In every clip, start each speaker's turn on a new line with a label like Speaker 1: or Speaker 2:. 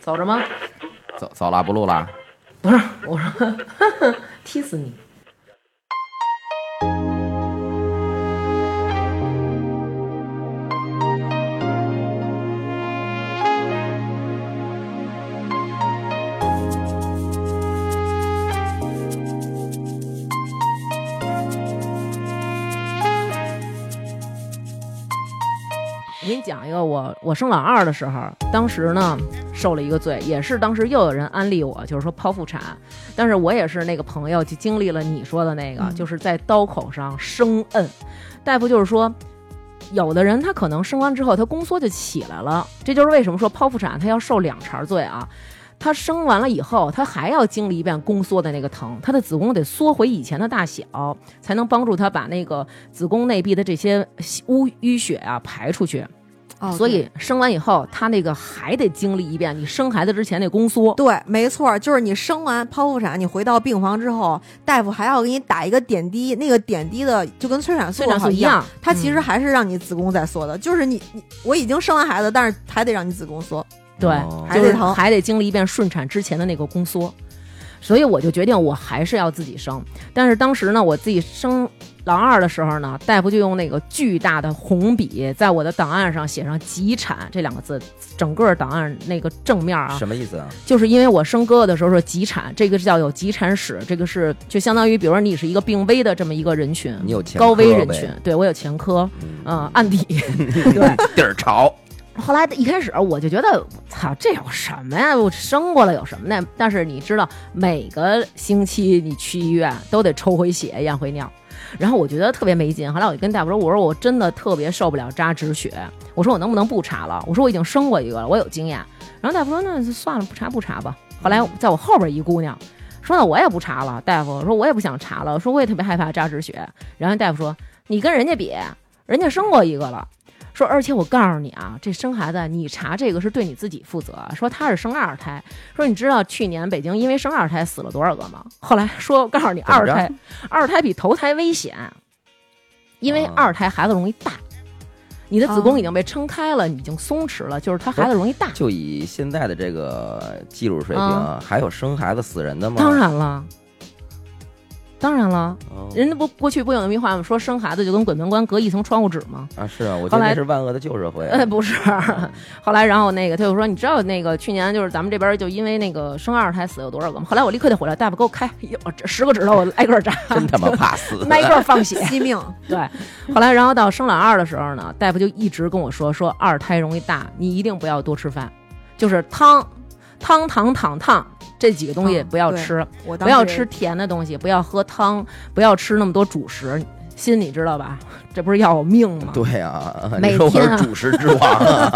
Speaker 1: 走着吗？
Speaker 2: 走走了，不录了。
Speaker 1: 不是，我说 踢死你！我给你讲一个，我我升老二的时候，当时呢受了一个罪，也是当时又有人安利我，就是说剖腹产，但是我也是那个朋友就经历了你说的那个，就是在刀口上生摁，大夫就是说。有的人他可能生完之后，他宫缩就起来了，这就是为什么说剖腹产他要受两茬罪啊。他生完了以后，他还要经历一遍宫缩的那个疼，他的子宫得缩回以前的大小，才能帮助他把那个子宫内壁的这些污淤血啊排出去。
Speaker 3: 哦，
Speaker 1: 所以生完以后，他那个还得经历一遍你生孩子之前那宫缩。
Speaker 3: 对，没错，就是你生完剖腹产，你回到病房之后，大夫还要给你打一个点滴，那个点滴的就跟催产素
Speaker 1: 催产
Speaker 3: 好
Speaker 1: 素一
Speaker 3: 样，
Speaker 1: 样，嗯
Speaker 3: 它其实还是让你子宫在缩的，就是你你我已经生完孩子，但是还得让你子宫缩。
Speaker 1: 嗯对，
Speaker 2: 哦
Speaker 3: 还
Speaker 1: 就
Speaker 3: 得
Speaker 1: 是
Speaker 3: 疼
Speaker 1: 还得经历一遍顺产之前的那个宫缩，所以我就决定我还是要自己生。但是当时呢，我自己生老二的时候呢，大夫就用那个巨大的红笔在我的档案上写上“急产”这两个字，整个档案那个正面啊，
Speaker 2: 什么意思啊？
Speaker 1: 就是因为我生哥哥的时候是急产，这个是叫有急产史，这个是就相当于，比如说你是一个病危的这么一个人群，
Speaker 2: 你有前科
Speaker 1: 高危人
Speaker 2: 呗
Speaker 1: 群，对我有前科，嗯，案底。对，
Speaker 2: 地儿潮，
Speaker 1: 后来一开始我就觉得，操，这有什么呀？我生过了有什么呢？但是你知道，每个星期你去医院都得抽回血、验回尿，然后我觉得特别没劲。后来我就跟大夫说，我说我真的特别受不了扎止血，我说我能不能不查了？我说我已经生过一个了，我有经验。然后大夫说那就算了，不查不查吧。后
Speaker 2: 嗯
Speaker 1: 来在我后边一姑娘说那我也不查了，大夫说我也不想查了，说我也特别害怕扎止血。然后大夫说你跟人家比，人家生过一个了。说，而且我告诉你啊，这生孩子你查这个是对你自己负责。说他是生二胎，说你知道去年北京因为生二胎死了多少个吗？后来说，我告诉你，
Speaker 2: 怎么
Speaker 1: 二
Speaker 2: 着
Speaker 1: 胎二胎比头胎危险，因为
Speaker 2: 啊
Speaker 1: 二胎孩子容易大，你的子宫
Speaker 3: 哦
Speaker 1: 已经被撑开了，你已经松弛了，就是他孩子容易大。
Speaker 2: 就以现在的这个技术水平，
Speaker 1: 啊
Speaker 2: 还有生孩子死人的吗？
Speaker 1: 当然了，当然了，
Speaker 2: 哦，
Speaker 1: 人家不过去不有那么一话吗？说生孩子就跟鬼门关隔一层窗户纸吗？
Speaker 2: 啊，是啊，我觉
Speaker 1: 后
Speaker 2: 得
Speaker 1: 来
Speaker 2: 那是万恶的旧社会。
Speaker 1: 哎，不是， 后来然后那个他就说，你知道那个去年就是咱们这边就因为那个生二胎死有多少个吗？后来我立刻就回来，大夫给我开，哟这十个指头我挨个扎，，
Speaker 2: 真他妈怕 死
Speaker 1: 挨个放血。
Speaker 3: 惜 命，
Speaker 1: 对，后来然后到生老二的时候呢，大夫就一直跟我说，说二胎容易大，你一定不要多吃饭，就是汤、汤、糖、糖、糖这几个东西
Speaker 3: 嗯
Speaker 1: 不要
Speaker 3: 对
Speaker 1: 吃。
Speaker 3: 我当
Speaker 1: 不要
Speaker 3: 时
Speaker 1: 吃甜的东西，不要喝汤，不要吃那么多主食。心你知道吧？这不是要我命吗？
Speaker 2: 对啊，
Speaker 1: 每
Speaker 2: 你说我
Speaker 1: 天啊
Speaker 2: 是主食之 王啊，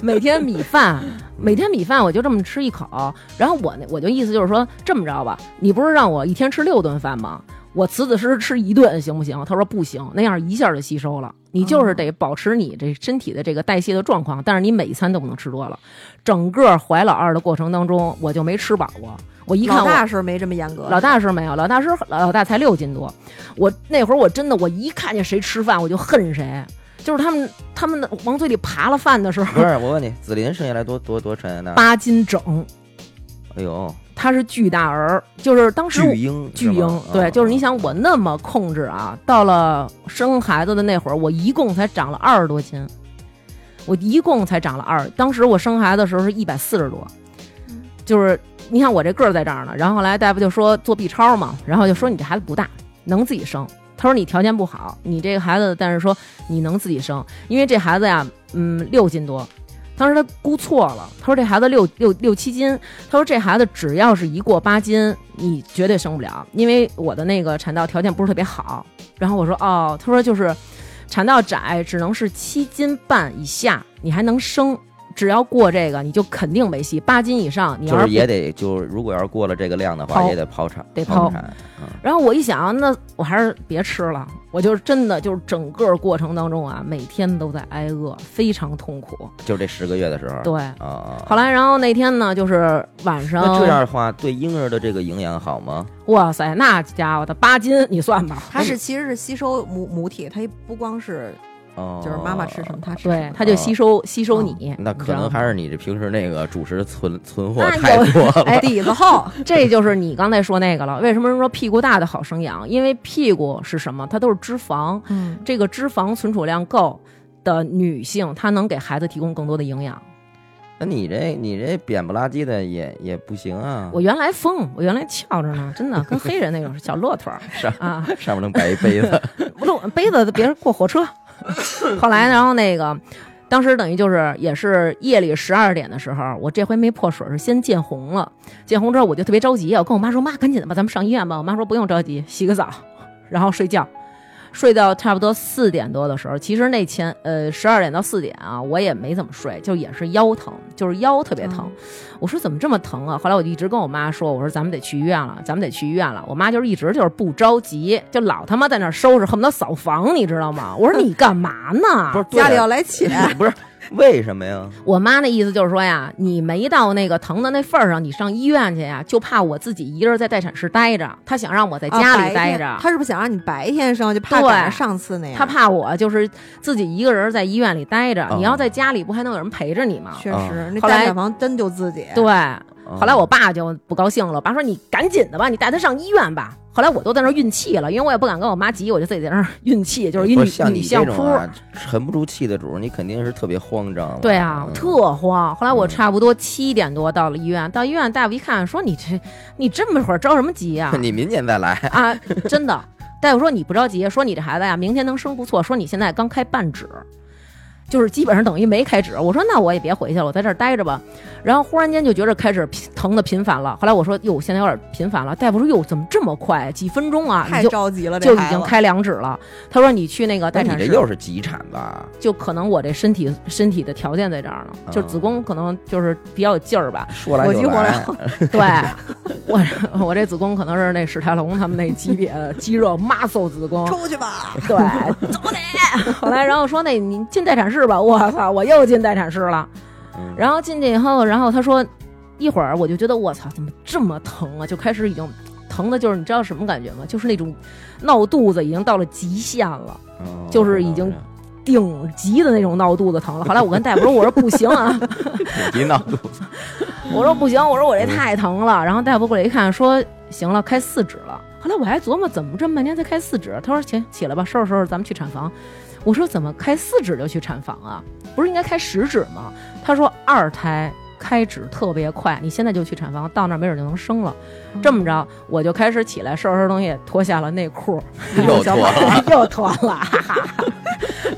Speaker 1: 每天米饭，每天米饭我就这么吃一口。然后我那我就意思就是说，这么着吧，你不是让我一天吃六顿饭吗？我死死实实吃一顿行不行？他说不行，那样一下就吸收了。你就是得保持你这身体的这个代谢的状况，但是你每一餐都不能吃多了。整个怀老二的过程当中，我就没吃饱过。我一看
Speaker 3: 老
Speaker 1: 我
Speaker 3: 大时候没这么严格，
Speaker 1: 老大是没有，老大是 老大才六斤多。我那会儿我真的，我一看见谁吃饭我就恨谁，就是他们他们的往嘴里扒了饭的时
Speaker 2: 不
Speaker 1: 候，
Speaker 2: 是？我问你，紫林生下来多多多沉呢？
Speaker 1: 八斤整，
Speaker 2: 哎呦，
Speaker 1: 他是巨大儿，就是当时我
Speaker 2: 巨婴，
Speaker 1: 巨
Speaker 2: 是
Speaker 1: 婴
Speaker 2: 吗，
Speaker 1: 对，就是你想我，
Speaker 2: 啊
Speaker 1: 那么控制啊，到了生孩子的那会儿，我一共才长了二十多斤，我一共才长了二，当时我生孩子的时候是一百四十多，就是你看我这个儿在这儿呢，然后后来大夫就说做 B 超嘛，然后就说你这孩子不大，能自己生。他说你条件不好，你这个孩子，但是说你能自己生，因为这孩子呀，嗯，六斤多。当时他估错了，他说这孩子六六六七斤，他说这孩子只要是一过八斤，你绝对生不了，因为我的那个产道条件不是特别好。然后我说哦，他说就是产道窄，只能是七斤半以下，你还能生。只要过这个，你就肯定没戏。八斤以上，你
Speaker 2: 就
Speaker 1: 要是
Speaker 2: 是
Speaker 1: 不
Speaker 2: 也得就是，如果要是过了这个量的话，
Speaker 1: 剖
Speaker 2: 也得剖产，
Speaker 1: 得
Speaker 2: 剖
Speaker 1: 剖
Speaker 2: 产。
Speaker 1: 然后我一想，那我还是别吃了。我就是真的，就是整个过程当中啊，每天都在挨饿，非常痛苦。
Speaker 2: 就这十个月的时候，
Speaker 1: 对，
Speaker 2: 啊，
Speaker 1: 后来然后那天呢，就是晚
Speaker 2: 那
Speaker 1: 上，
Speaker 2: 这样的话，对婴儿的这个营养好吗？
Speaker 1: 哇塞，那家伙的八斤，你算吧，
Speaker 3: 它是其实是吸收母母体，它不光是
Speaker 2: 哦，
Speaker 3: 就是妈妈吃什么他吃什
Speaker 1: 对
Speaker 3: 么，。
Speaker 1: 它就吸收吸收你。
Speaker 2: 那可能还
Speaker 1: 是
Speaker 2: 是你这平时那个主食存存货
Speaker 1: 那
Speaker 2: 太
Speaker 1: 有
Speaker 2: 多了。
Speaker 1: 哎，
Speaker 3: 底子厚，
Speaker 1: 这就是你刚才说那个了。为什么人说屁股大的好生养？因为屁股是什么？它都是脂肪，
Speaker 3: 嗯，
Speaker 1: 这个脂肪存储量够的女性，她能给孩子提供更多的营养。
Speaker 2: 那你这你这扁不拉几的也也不行啊，
Speaker 1: 我原来疯，我原来翘着呢，真的跟黑人那种小骆驼儿
Speaker 2: 是
Speaker 1: 啊，
Speaker 2: 上面能摆一杯子，
Speaker 1: 不路杯子别人过火车。后来，然后那个。当时等于就是也是夜里十二点的时候，我这回没破水，是先见红了。见红之后我就特别着急，我跟我妈说：“妈，赶紧的吧，咱们上医院吧。”我妈说：“不用着急，洗个澡，然后睡觉。”睡到差不多四点多的时候，其实那前呃十二点到四点啊，我也没怎么睡，就也是腰疼，就是腰特别疼。我说怎么这么疼啊？后来我就一直跟我妈说，我说咱们得去医院了，咱们得去医院了。我妈就是一直就是不着急，就老他妈在那儿收拾，恨不得扫房，你知道吗？我说你干嘛呢？
Speaker 2: 不是
Speaker 3: 家里要
Speaker 2: 来
Speaker 3: 来且，
Speaker 1: 哎
Speaker 2: 不是为什么呀？
Speaker 1: 我妈那意思就是说呀，你没到那个疼的那份儿上，你上医院去呀，就怕我自己一个人在待产室待着。她想让我在
Speaker 3: 啊
Speaker 1: 家
Speaker 3: 白
Speaker 1: 里待
Speaker 3: 天
Speaker 1: 着，
Speaker 3: 他是不是想让你白天生，就怕
Speaker 1: 对
Speaker 3: 赶上上次那样？
Speaker 1: 她怕我就是自己一个人在医院里待着。
Speaker 2: 哦
Speaker 1: 你要在家里，不还能有人陪着你吗？
Speaker 3: 确
Speaker 2: 啊
Speaker 3: 实，那
Speaker 1: 后
Speaker 3: 大
Speaker 1: 来
Speaker 3: 产房真就自己。
Speaker 1: 对。
Speaker 2: 后
Speaker 1: 后来我爸就不高兴了，我爸说：“你赶紧的吧，你带他上医院吧。”后来我都在那儿运气了，因为我也不敢跟我妈急，我就自己在那儿运气，就是一
Speaker 2: 不
Speaker 1: 女
Speaker 2: 像
Speaker 1: 女
Speaker 2: 你
Speaker 1: 相
Speaker 2: 这种
Speaker 1: 扑。
Speaker 2: 啊，沉不住气的主儿，你肯定是特别慌张了。
Speaker 1: 对啊，
Speaker 2: 嗯
Speaker 1: 特慌。后来我差不多七点多到了医院，到医院大夫一看，说你这你这么会儿着什么急呀、
Speaker 2: 你明年再来，
Speaker 1: 啊？真的， 大夫说你不着急，说你这孩子呀、明天能生不错，说你现在刚开半指，就是基本上等于没开指。我说那我也别回去了，我在这儿待着吧。然后忽然间就觉着开始频疼的频繁了。后来我说哟，现在有点频繁了。大夫说哟，怎么这么快？几分钟啊，
Speaker 3: 太
Speaker 1: 你就
Speaker 3: 着急了，这
Speaker 1: 就已
Speaker 3: 孩
Speaker 1: 经
Speaker 3: 子
Speaker 1: 开两指了。他说你去那个
Speaker 2: 那
Speaker 1: 待
Speaker 2: 你
Speaker 1: 产
Speaker 2: 这
Speaker 1: 室。
Speaker 2: 又是急产吧？。
Speaker 1: 就可能我这身体身体的条件在这儿呢，就是子宫可能就是比较有劲儿吧
Speaker 2: 说来
Speaker 3: 火
Speaker 2: 就
Speaker 3: 急火
Speaker 2: 来，
Speaker 1: 对，我我这子宫可能是那史泰龙他们那级别的肌肉 muscle 子宫。
Speaker 3: 出去吧。
Speaker 1: 对，走得。后来然后说那你进待产室吧，我操，我又进待产室了。
Speaker 2: 嗯
Speaker 1: 然后进去以后，然后他说一会儿我就觉得我操怎么这么疼啊，就开始已经疼的就是你知道什么感觉吗？就是那种闹肚子已经到了极限了。
Speaker 2: 哦
Speaker 1: 就是已经顶级的那种闹肚子疼了。后来我跟大夫说，我说不行啊，
Speaker 2: 挺急闹肚子，
Speaker 1: 我说不行，我说
Speaker 2: 嗯
Speaker 1: 我这太疼了。然后大夫过来一看，说行了，开四指了。后来我还琢磨，怎么这么半天才开四指？他说行，起来吧，收拾收拾，咱们去产房。我说怎么开四指就去产房啊？不是应该开十指吗？他说二胎开指特别快，你现在就去产房，到那儿没准就能生了。这么着，我就开始起来收拾收拾东西，脱下了内裤，
Speaker 2: 又脱了。
Speaker 1: 又脱了，哈哈哈。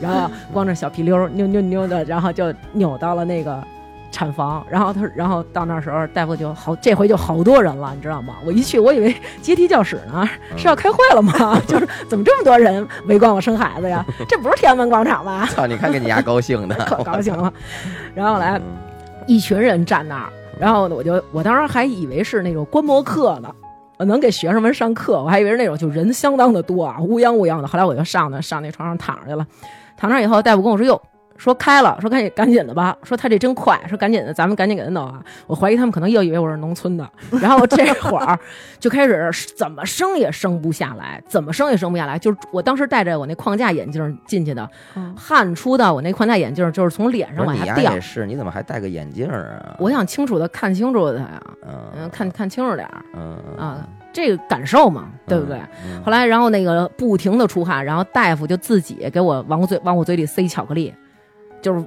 Speaker 1: 然后光着小皮溜儿扭扭扭的，然后就扭到了那个产房。然后他，然后到那时候，大夫就好，这回就好多人了，你知道吗？我一去，我以为阶梯教室呢是要开会了吗？ 就是怎么这么多人围观我生孩子呀？这不是天安门广场吧？
Speaker 2: 操，你看给你丫高兴的，嗯
Speaker 1: 可高兴了。 然后
Speaker 2: 我
Speaker 1: 后来一群人站那儿，然后呢我就我当时还以为是那种观摩课呢，我能给学生们上课，我还以为是那种就人相当的多啊，乌泱乌泱的。后来我就上那上那床上躺着去了，躺那儿以后，大夫跟我说哟。说开了，说赶紧赶紧的吧，说他这真快，说赶紧的，咱们赶紧给他弄啊！我怀疑他们可能又以为我是农村的，然后这会儿 就开始怎么生也生不下来，怎么生也生不下来。就是我当时戴着我那框架眼镜进去的，
Speaker 3: 嗯
Speaker 1: 汗出到我那框架眼镜就是从脸上
Speaker 2: 不
Speaker 1: 往下
Speaker 2: 是你丫啊
Speaker 1: 掉
Speaker 2: 也。是，你怎么还戴个眼镜儿啊？
Speaker 1: 我想清楚的看清楚它呀，嗯，
Speaker 2: 嗯
Speaker 1: 看看清楚点儿
Speaker 2: 嗯嗯
Speaker 1: 啊，这个感受嘛，对不对？
Speaker 2: 嗯
Speaker 1: 后来，然后那个不停的出汗，然后大夫就自己给我往我嘴往我嘴里塞巧克力，就是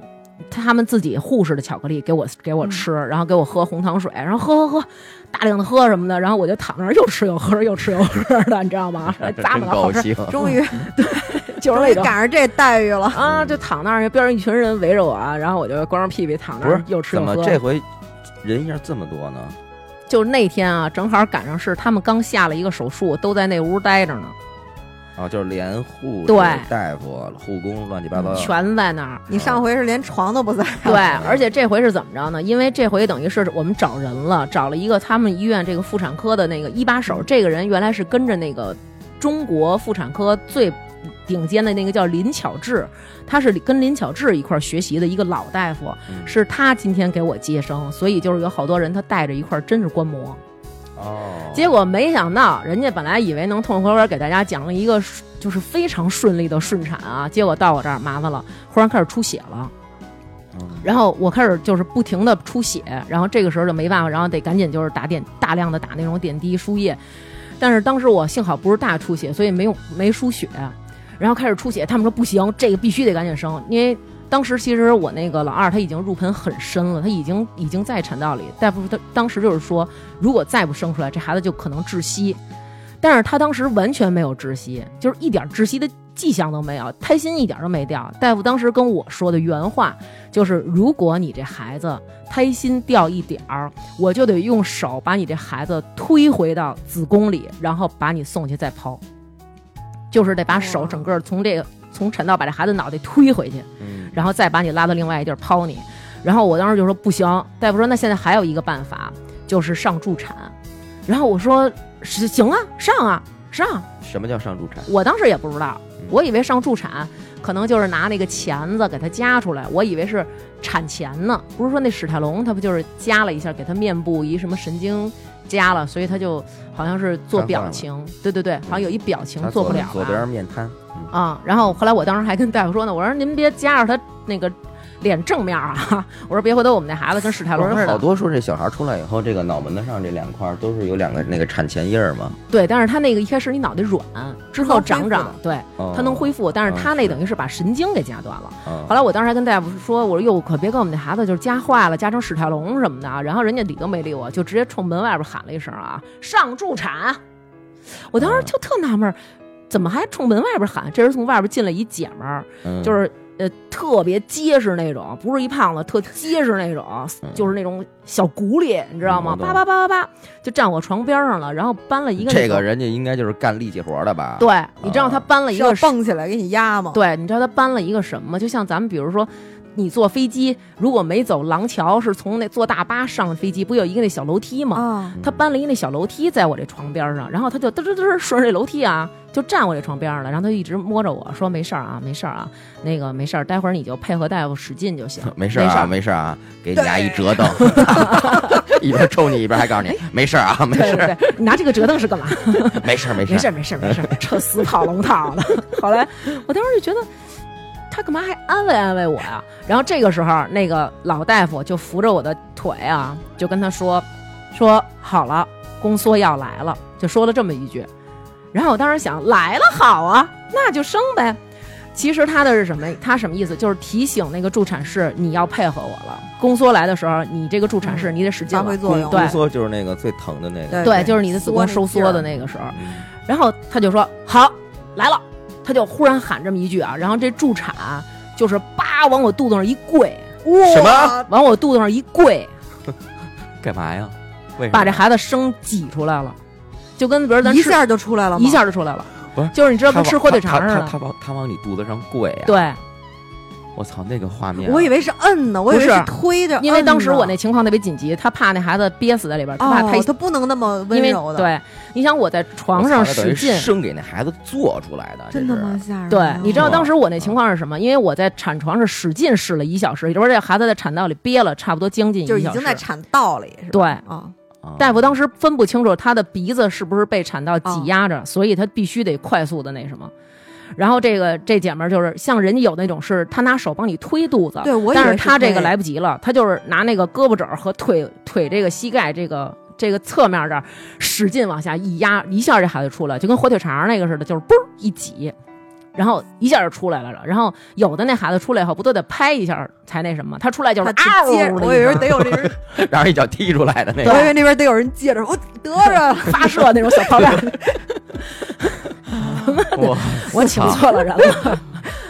Speaker 1: 他们自己护士的巧克力给我给
Speaker 2: 嗯
Speaker 1: 我吃，然后给我喝红糖水，然后喝喝喝，大量的喝什么的，然后我就躺那儿又吃又喝，又吃又喝的，你知道吗？咂
Speaker 2: 真
Speaker 1: 巴的好
Speaker 2: 高
Speaker 1: 吃，
Speaker 2: 兴，
Speaker 3: 终于
Speaker 1: 就是
Speaker 3: 终
Speaker 1: 那
Speaker 3: 于
Speaker 1: 种
Speaker 3: 赶上这待遇了，
Speaker 1: 啊，就躺那儿，边上一群人围着我，啊然后我就光着屁股躺那
Speaker 2: 不是
Speaker 1: 儿又吃
Speaker 2: 怎
Speaker 1: 又
Speaker 2: 么
Speaker 1: 喝。
Speaker 2: 这回人一下这么多呢？
Speaker 1: 就是那天啊，正好赶上是他们刚下了一个手术，都在那屋待着呢，
Speaker 2: 啊，就是连护士
Speaker 1: 对嗯
Speaker 2: 大夫、护工乱七八糟，
Speaker 1: 全在那儿。
Speaker 3: 你上回是连床都不在，
Speaker 1: 嗯对，而且这回是怎么着呢？因为这回等于是我们找人了，找了一个他们医院这个妇产科的那个一把手，这个人原来是跟着那个中国妇产科最顶尖的那个叫林巧稚，他是跟林巧稚一块儿学习的一个老大夫，
Speaker 2: 嗯
Speaker 1: 是他今天给我接生，所以就是有好多人他带着一块儿真是观摩。
Speaker 2: 哦，
Speaker 1: 结果没想到，人家本来以为能痛痛快快给大家讲了一个就是非常顺利的顺产啊，结果到我这儿麻烦了，忽然开始出血了。
Speaker 2: 嗯
Speaker 1: 然后我开始就是不停的出血，然后这个时候就没办法，然后得赶紧就是打点大量的打那种点滴输液，但是当时我幸好不是大出血，所以没有没输血，然后开始出血，他们说不行，这个必须得赶紧生，因为当时其实我那个老二他已经入盆很深了，他已经已经在产道里，大夫他当时就是说，如果再不生出来，这孩子就可能窒息，但是他当时完全没有窒息，就是一点窒息的迹象都没有，胎心一点都没掉，大夫当时跟我说的原话。就是如果你这孩子胎心掉一点儿，我就得用手把你这孩子推回到子宫里，然后把你送去再剖，就是得把手
Speaker 3: 哇
Speaker 1: 整个从这个从产道把这孩子脑袋推回去，
Speaker 2: 嗯
Speaker 1: 然后再把你拉到另外一地儿剖你。然后我当时就说不行，大夫说那现在还有一个办法，就是上助产。然后我说是行啊，上啊，上。
Speaker 2: 什么叫上助产？
Speaker 1: 我当时也不知道，
Speaker 2: 嗯
Speaker 1: 我以为上助产可能就是拿那个钳子给它夹出来，我以为是产钳呢。不是说那史泰龙他不就是夹了一下，给他面部一什么神经夹了，所以他就好像是做表情，对对对，好像有一表情
Speaker 2: 他
Speaker 1: 做
Speaker 2: 左
Speaker 1: 不了啊
Speaker 2: 左
Speaker 1: 了
Speaker 2: 边面瘫，嗯
Speaker 1: 啊、然后后来我当时还跟大夫说呢，我说您别夹着他那个脸正面啊， 我说别回头我们那孩子跟史泰
Speaker 2: 不
Speaker 1: 龙
Speaker 2: 是
Speaker 1: 似
Speaker 2: 好
Speaker 1: 的。
Speaker 2: 多说这小孩出来以后，这个脑门子上这两块都是有两个那个产前印儿嘛，
Speaker 1: 对，但是他那个一开始你脑袋软，之后长
Speaker 3: 它能
Speaker 1: 长
Speaker 3: 恢，
Speaker 1: 对，
Speaker 2: 哦
Speaker 1: 他能恢复，但是
Speaker 2: 嗯
Speaker 1: 他那
Speaker 2: 是
Speaker 1: 等于是把神经给夹断了。
Speaker 2: 哦
Speaker 1: 后来我当时还跟大夫说，我说哟，可别给我们那孩子就是夹坏了，夹成史泰龙什么的啊。然后人家理都没理我，就直接冲门外边喊了一声啊，上助产。我
Speaker 2: 哦
Speaker 1: 当时就特纳闷儿，怎么还冲门外边喊？这时候从外边进来一姐们儿，
Speaker 2: 嗯
Speaker 1: 就是呃特别结实那种，不是一胖子，特结实那种，
Speaker 2: 嗯
Speaker 1: 就是那种小骨力，你知道吗？
Speaker 2: 嗯我懂
Speaker 1: 叭叭叭叭叭，就站我床边上了，然后搬了一个
Speaker 2: 这
Speaker 1: 那
Speaker 2: 个
Speaker 1: 种，
Speaker 2: 人啊家应该就是干力气活的吧？，，
Speaker 1: 对，你知道他搬了
Speaker 3: 是
Speaker 1: 一
Speaker 3: 要
Speaker 1: 个
Speaker 3: 蹦起来给你压吗？
Speaker 1: 对，你知道他搬了一个什么吗？就像咱们比如说，你坐飞机如果没走廊桥，是从那坐大巴上飞机，不有一个那小楼梯吗？
Speaker 3: 啊，
Speaker 1: 他搬了一个那小楼梯在我这床边上，然后他就嘚嘚嘚顺着这楼梯啊，就站我这床边上了，然后他就一直摸着我说没事儿啊，没事儿啊，那个没事儿，待会儿你就配合大夫使劲就行
Speaker 2: 没事儿啊，
Speaker 1: 没事
Speaker 2: 没事儿啊，给你俩一折 腾，一边抽你一边还告诉你没事儿啊，没
Speaker 1: 哎儿。对
Speaker 2: 事儿，
Speaker 1: 对对，你拿这个折腾是干嘛？
Speaker 2: 没事儿，没事
Speaker 1: 没
Speaker 2: 儿
Speaker 1: 事，儿，没事儿，没事 儿，这死跑龙套 的。后来我当时就觉得，他干嘛还安慰安慰我呀？然后这个时候，那个老大夫就扶着我的腿啊，就跟他说，说好了，宫缩要来了，就说了这么一句。然后我当时想，来了好啊，那就生呗。其实他的是什么？他什么意思？就是提醒那个助产士你要配合我了。宫缩来的时候，你这个助产士你得使劲
Speaker 3: 嗯发
Speaker 1: 了
Speaker 3: 挥。作用。
Speaker 1: 对
Speaker 2: 宫缩就是那个最疼的那个，
Speaker 1: 对，就是你的子
Speaker 3: 缩
Speaker 1: 宫
Speaker 3: 那
Speaker 1: 收
Speaker 3: 劲
Speaker 1: 缩
Speaker 3: 儿
Speaker 1: 的那个时候。
Speaker 2: 嗯
Speaker 1: 然后他就说好来了，他就忽然喊这么一句啊，然后这助产就是叭往我肚子上一跪，
Speaker 3: 哇
Speaker 2: 什么？
Speaker 1: 往我肚子上一跪，
Speaker 2: 干嘛呀？为什么
Speaker 1: 把这孩子生挤出来了，就跟比如咱吃
Speaker 3: 一下就出来了吗？
Speaker 1: 一下就出来了
Speaker 2: 不是，
Speaker 1: 就是你知道
Speaker 2: 他
Speaker 1: 跟
Speaker 2: 往
Speaker 1: 吃火腿肠
Speaker 2: 他
Speaker 1: 似
Speaker 2: 他他
Speaker 1: 的，
Speaker 2: 他往他往你肚子上跪啊！，
Speaker 1: 对，
Speaker 2: 我操，那个画面啊，
Speaker 3: 我以为是摁呢，我以为
Speaker 1: 不是
Speaker 3: 推着摁呢。
Speaker 1: 因为当时我那情况特别紧急，他怕那孩子憋死在里边，他怕
Speaker 3: 哦
Speaker 1: 太，
Speaker 3: 他不能那么温
Speaker 1: 因为
Speaker 3: 柔的，，
Speaker 1: 对，你想我在床上
Speaker 2: 我操那等
Speaker 1: 使
Speaker 2: 于
Speaker 1: 劲，
Speaker 2: 生给那孩子做出来的，
Speaker 3: 真的
Speaker 2: 这是
Speaker 3: 吗？？吓人！啊
Speaker 1: 对，你知道
Speaker 2: 哦
Speaker 1: 当时我那情况是什么？因为我在产床上使劲使了一小时，也就是这孩子在产道里憋了差不多将近一
Speaker 3: 就
Speaker 1: 小
Speaker 3: 是
Speaker 1: 时，
Speaker 3: 已经在产道里是吧？
Speaker 1: 对。
Speaker 3: 啊，
Speaker 2: 啊
Speaker 1: 大夫当时分不清楚他的鼻子是不是被产道
Speaker 3: 哦
Speaker 1: 挤压着，所以他必须得快速的那什么。然后这个这姐们儿就是像人家有那种是，她拿手帮你推肚子，
Speaker 3: 对我以为
Speaker 1: 但是她这
Speaker 3: 推
Speaker 1: 个来不及了，她就是拿那个胳膊肘儿和腿腿这个膝盖这个这个侧面这儿使劲往下一压，一下这孩子出来就跟火腿肠那个似的，就是嘣儿一挤，然后一下就出来了。然后有的那孩子出来以后不都得拍一下才那什么，他出来就是
Speaker 3: 他
Speaker 1: 啊
Speaker 3: 去接，
Speaker 1: 呜的
Speaker 3: 我
Speaker 1: 一
Speaker 3: 以为
Speaker 1: 声
Speaker 3: 得 有人，
Speaker 2: 让人一脚踢出来的那
Speaker 3: 我以
Speaker 2: 个，
Speaker 3: 为那边得有人接着，我得着 了，
Speaker 1: 发射那种小炮弹，
Speaker 2: 我
Speaker 1: 我请错了人了。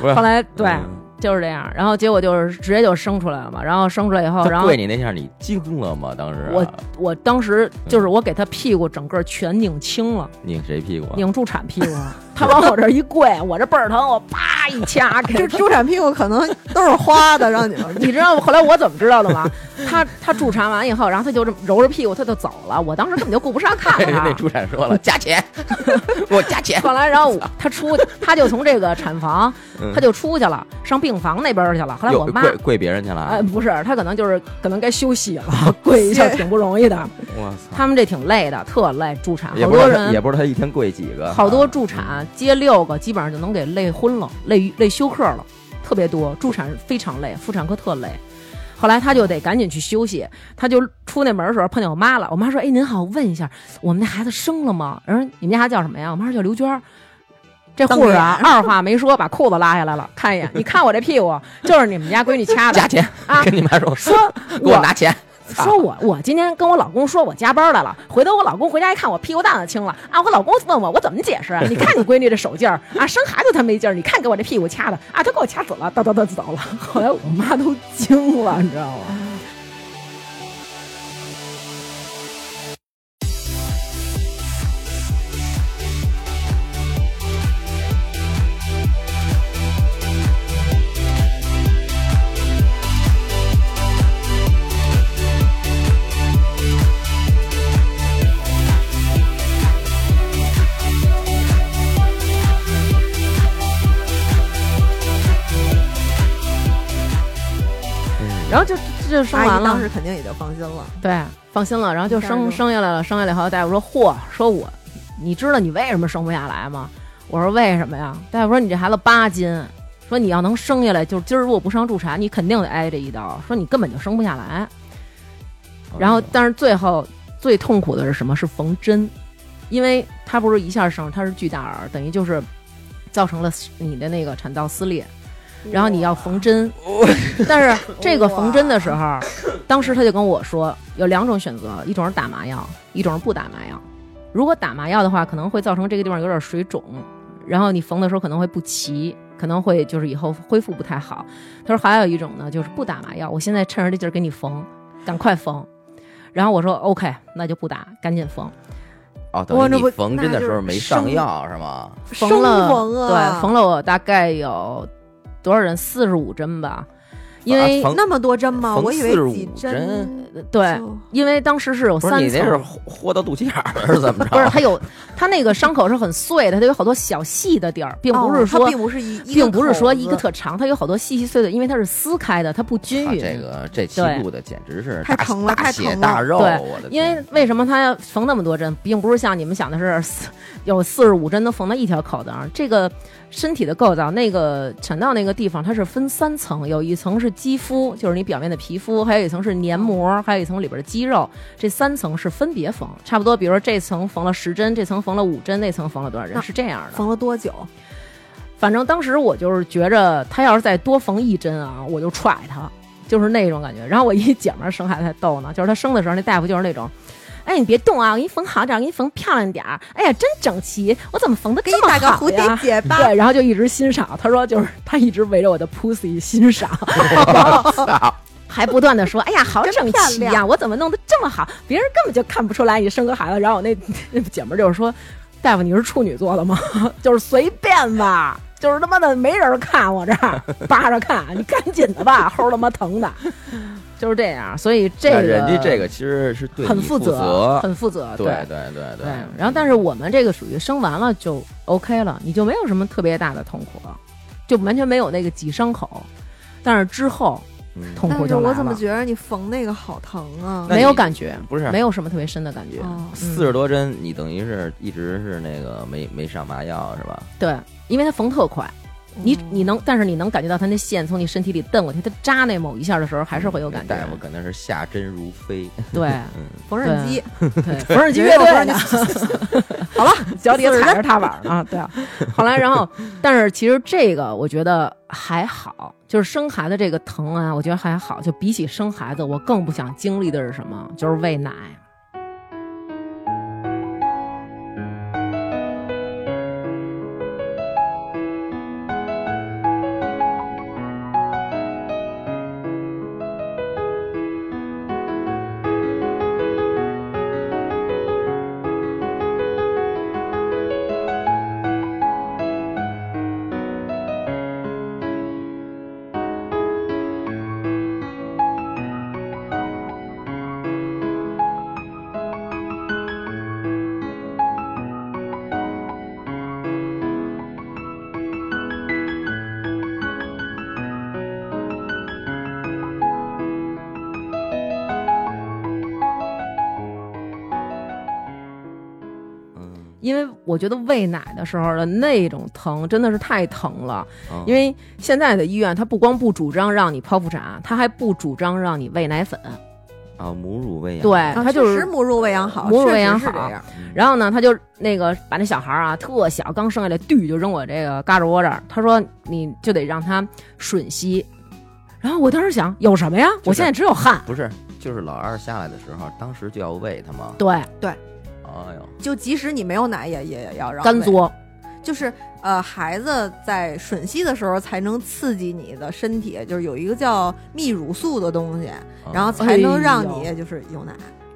Speaker 2: 不是
Speaker 1: 后来对，
Speaker 2: 嗯
Speaker 1: 就是这样，然后结果就是直接就生出来了嘛，然后生出来以后，然
Speaker 2: 他
Speaker 1: 后
Speaker 2: 跪你那下，你惊了吗？当时啊
Speaker 1: 我我当时就是我给他屁股整个全拧青了，
Speaker 2: 拧谁屁股啊？
Speaker 1: 拧助产屁股了，他往我这儿一跪，我这倍儿疼，我啪一掐 给
Speaker 3: 这
Speaker 1: 他。
Speaker 3: 猪产屁股可能都是花的，让你 们
Speaker 1: 你知道后来我怎么知道的吗？他他助产完以后，然后他就这么揉着屁股，他就走了。我当时根本就顾不上看
Speaker 2: 那
Speaker 1: 他。
Speaker 2: 助产说了，加钱，给 我加钱。
Speaker 1: 后来，然后我他出，他就从这个产房，
Speaker 2: 嗯
Speaker 1: 他就出去了，上病房那边儿去了。后来
Speaker 2: 有
Speaker 1: 我妈，
Speaker 2: 跪跪别人去了啊
Speaker 1: 哎，！不是，他可能就是可能该休息了， 跪一下
Speaker 3: 歇
Speaker 1: 挺不容易的。
Speaker 2: 我操，
Speaker 1: 他们这挺累的，特累，助产，
Speaker 2: 也
Speaker 1: 呃好
Speaker 2: 不
Speaker 1: 多
Speaker 2: 知道他也
Speaker 1: 人，
Speaker 2: 不知道他一天跪几个，啊
Speaker 1: 好多助产接六个，基本上就能给累昏了，累累休克了，特别多。助产非常累，妇产科特累。后来他就得赶紧去休息，他就出那门的时候碰见我妈了。我妈说：“哎，您好，问一下，我们那孩子生了吗？”然后你们家孩子叫什么呀？我妈说叫刘娟儿。这护士啊， 二话没说，把裤子拉下来了，看一眼，你看我这屁股，就是你们家闺女掐 的
Speaker 2: 加。钱
Speaker 1: 啊，
Speaker 2: 跟你妈说，
Speaker 1: 说
Speaker 2: 给我拿钱。
Speaker 1: 说我我今天跟我老公说我加班来了，回头我老公回家一看我屁股蛋子青了啊，我老公问我我怎么解 释啊？你看你闺女这手劲儿 啊，生孩子她没劲儿，你看给我这屁股掐的啊，她给我掐紫了，哒哒哒走了。后来我妈都惊了，你知道吗？然后就就生
Speaker 3: 阿
Speaker 1: 完
Speaker 3: 姨当
Speaker 1: 了，
Speaker 3: 时肯定也就放心了。
Speaker 1: 对，放心了，然后就生生下来了，生下来以后大夫说嚯，说我你知道你为什么生不下来吗？我说为什么呀？大夫说你这孩子八斤，说你要能生下来，就是今儿如果不上助产，你肯定得挨这一刀，说你根本就生不下来。
Speaker 2: 啊
Speaker 1: 然后，但是最后最痛苦的是什么？是缝针，因为它不是一下生，它是巨大儿，等于就是造成了你的那个产道撕裂， 然后你要缝针。但是这个缝针的时候，当时他就跟我说，有两种选择，一种是打麻药，一种是不打麻药。如果打麻药的话，可能会造成这个地方有点水肿，然后你缝的时候可能会不齐，可能会就是以后恢复不太好。他说还有一种呢，就是不打麻药，我现在趁着这劲儿给你缝，赶快缝。然后我说 OK，那就不打，赶紧缝。
Speaker 2: 哦，等
Speaker 3: 哇
Speaker 2: 于
Speaker 3: 那不
Speaker 2: 你缝针的时候没上药是吗？
Speaker 1: 缝
Speaker 3: 生
Speaker 1: 了，
Speaker 3: 缝啊
Speaker 1: 对，缝了我大概有多少人？四十五针吧，因为、
Speaker 2: 缝
Speaker 3: 那么多针吗？
Speaker 2: 缝
Speaker 3: 我以为
Speaker 2: 45
Speaker 3: 几
Speaker 2: 针
Speaker 1: 对，
Speaker 3: 就
Speaker 1: 因为当时是有
Speaker 2: 不是
Speaker 1: 三
Speaker 2: 你那是
Speaker 1: 层，
Speaker 2: 豁豁到肚脐眼儿是怎么 着？
Speaker 1: 不
Speaker 2: 啊
Speaker 1: 是它有它那个伤口是很碎的，它有好多小细的地儿，并不
Speaker 3: 哦
Speaker 1: 是
Speaker 3: 它
Speaker 1: 说、
Speaker 3: 并不是一，一个
Speaker 1: 并不是说
Speaker 3: 口子
Speaker 1: 一个特长，它有好多细细碎碎，因为它是撕开的，它不均
Speaker 2: 啊
Speaker 1: 匀。
Speaker 2: 这个这期录的简直是
Speaker 3: 太
Speaker 2: 大
Speaker 3: 疼了
Speaker 2: 大
Speaker 3: 太
Speaker 2: 血
Speaker 3: 疼了
Speaker 2: 大肉，
Speaker 1: 对
Speaker 2: 我的
Speaker 1: 因为
Speaker 2: 天啊
Speaker 1: 为什么他缝那么多针，并不是像你们想的是 四有四十五针能缝到一条口子上。这个身体的构造，那个产道那个地方，它是分三层，有一层是肌肤，就是你表面的皮肤，还有一层是黏膜，还有一层里边的肌肉。这三层是分别缝，差不多，比如说这层缝了十针，这层缝了五针，那层缝了多少针，
Speaker 3: 那
Speaker 1: 是这样的。
Speaker 3: 缝了多久？
Speaker 1: 反正当时我就是觉着，他要是再多缝一针啊，我就踹他，就是那种感觉。然后我一姐们儿生孩子还逗呢，就是她生的时候，那大夫就是那种。哎，你别动啊！我给你缝好点儿，我给你缝漂亮点儿。哎呀，真整齐！我怎么缝的
Speaker 3: 给你
Speaker 1: 这么
Speaker 3: 打个
Speaker 1: 好
Speaker 3: 蝴蝶
Speaker 1: 呀？
Speaker 3: 结
Speaker 2: 嗯
Speaker 3: 吧。
Speaker 1: 对，然后就一直欣赏。他说，就是他一直围着我的 pussy 欣赏，然后 还不断的说：“哎呀，好整齐
Speaker 3: 真漂
Speaker 1: 呀、我怎么弄得这么好？别人根本就看不出来你生个孩子。”然后我那那姐们儿就是说：“大夫，你是处女座的吗？ 就是随便吧，就是他妈的没人看我这儿，扒着看，你赶紧的吧，齁他妈疼的， 就是这样。所以这
Speaker 2: 那
Speaker 1: 个
Speaker 2: 人家这个其实是对
Speaker 1: 很
Speaker 2: 你负
Speaker 1: 责，很负责，
Speaker 2: 对对对
Speaker 1: 对，然后但是我们这个属于生完了就 OK 了，你就没有什么特别大的痛苦了，就完全没有那个挤伤口，但是之后
Speaker 2: 嗯
Speaker 1: 痛苦
Speaker 3: 但是
Speaker 1: 就来
Speaker 3: 我
Speaker 1: 了，
Speaker 3: 怎么觉得你缝那个好疼啊
Speaker 2: 那？
Speaker 1: 没有
Speaker 2: 你
Speaker 1: 感觉，
Speaker 2: 不是
Speaker 1: 没有什么特别深的感觉，
Speaker 3: 哦
Speaker 2: 四十多针，你等于是一直是那个没没上麻药是吧？
Speaker 1: 对，因为它缝特快，你
Speaker 3: 嗯
Speaker 1: 你能，但是你能感觉到它那线从你身体里蹬过去，它扎那某一下的时候还是会有感觉
Speaker 2: 那，大夫可能是下针如飞，
Speaker 1: 对
Speaker 2: 嗯，
Speaker 3: 缝纫机，
Speaker 1: 对，缝纫机乐
Speaker 3: 人
Speaker 1: 队
Speaker 3: 有
Speaker 1: 的。
Speaker 3: 缝纫机
Speaker 1: 好了，脚底下踩着踏板呢。对啊，后来然后，但是其实这个我觉得还好，就是生孩子这个疼啊，我觉得还好。就比起生孩子，我更不想经历的是什么？就是喂奶。因为我觉得喂奶的时候的那种疼真的是太疼了，
Speaker 2: 嗯
Speaker 1: 因为现在的医院它不光不主张让你剖腹产，它还不主张让你喂奶粉。
Speaker 2: 啊，母乳喂养，
Speaker 1: 对，
Speaker 3: 啊
Speaker 1: 它就
Speaker 3: 确实
Speaker 1: 是。
Speaker 3: 母乳喂养好，
Speaker 1: 母乳
Speaker 3: 确实
Speaker 1: 喂养
Speaker 3: 是这
Speaker 1: 好
Speaker 3: 样
Speaker 2: 嗯，
Speaker 1: 然后呢，他就那个把那小孩儿啊特小，刚生下来，嘟就扔我这个胳肢窝这儿。他说你就得让他吮吸。然后我当时想，有什么呀？我现在只有汗。
Speaker 2: 不是，就是老二下来的时候，当时就要喂他吗？
Speaker 1: 对，
Speaker 2: 哎呦，
Speaker 3: 就即使你没有奶也也也要让
Speaker 1: 干
Speaker 3: 喂
Speaker 1: 嘬，
Speaker 3: 就是呃，孩子在吮吸的时候才能刺激你的身体，就是有一个叫泌乳素的东西，
Speaker 2: 嗯
Speaker 3: 然后才能让
Speaker 1: 哎
Speaker 3: 你就是有奶。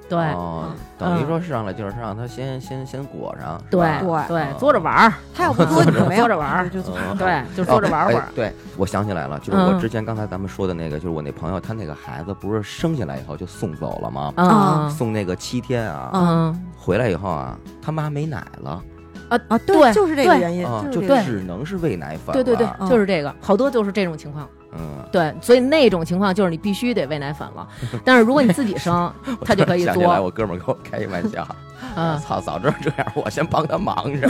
Speaker 1: 对、嗯
Speaker 2: 哦，等于说上来就是让他先先先裹上，是
Speaker 1: 对
Speaker 2: 吧
Speaker 1: 对
Speaker 2: 嗯，
Speaker 1: 嘬着玩儿，
Speaker 3: 他要不多，你就没有
Speaker 1: 嘬着玩儿
Speaker 3: 就就
Speaker 2: 嗯
Speaker 1: 对，就嘬着玩会儿。
Speaker 2: 哎对，我想起来了，就是我
Speaker 1: 嗯
Speaker 2: 之前刚才咱们说的那个，就是我那朋友，他那个孩子不是生下来以后就送走了吗？
Speaker 1: 嗯
Speaker 2: 送那个七天啊，
Speaker 1: 嗯
Speaker 2: 回来以后啊，他妈没奶了，
Speaker 3: 啊，
Speaker 1: 对
Speaker 3: 就是这个
Speaker 1: 对
Speaker 3: 原因，
Speaker 2: 啊，
Speaker 3: 是
Speaker 2: 就
Speaker 3: 这个原因
Speaker 1: 对
Speaker 2: 只能是喂奶粉了。
Speaker 1: 对对对，
Speaker 3: 嗯
Speaker 1: 就是这个，好多就是这种情况。
Speaker 2: 嗯，
Speaker 1: 对，所以那种情况就是你必须得喂奶粉了。但是如果你自己生，他就可以
Speaker 2: 想起来
Speaker 1: 嘬。
Speaker 2: 我哥们儿跟我开一玩笑，
Speaker 1: 嗯，
Speaker 2: 操，早知道这样，我先帮他忙着，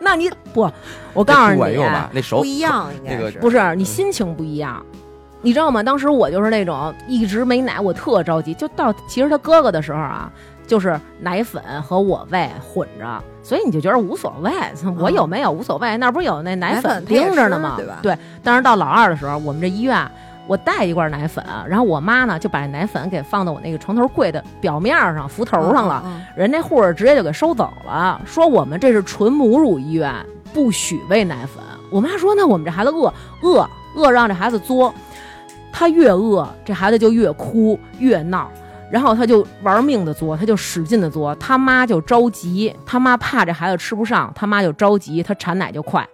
Speaker 1: 那你不，我
Speaker 2: 我
Speaker 1: 告诉
Speaker 2: 管
Speaker 1: 你啊
Speaker 2: 用，吧？那手
Speaker 3: 不一样，应该
Speaker 2: 那个
Speaker 3: 是嗯
Speaker 1: 不是你心情不一样，你知道吗？当时我就是那种一直没奶，我特着急。就到其实他哥哥的时候啊，就是奶粉和我喂混着，所以你就觉得无所谓，我有没有无所谓。那不是有那奶
Speaker 3: 嗯奶粉他也
Speaker 1: 盯着呢吗？
Speaker 3: 吃对吧
Speaker 1: 但是到老二的时候，我们这医院。我带一罐奶粉，然后我妈呢就把奶粉给放到我那个床头柜的表面上、扶头上了。，
Speaker 3: 嗯嗯
Speaker 1: 人家护士直接就给收走了，说我们这是纯母乳医院，不许喂奶粉。我妈说，那我们这孩子饿饿饿，让这孩子作，他越饿，这孩子就越哭越闹，然后他就玩命的作，他就使劲的作，他妈就着急，他妈怕这孩子吃不上，他妈就着急，他产奶就快。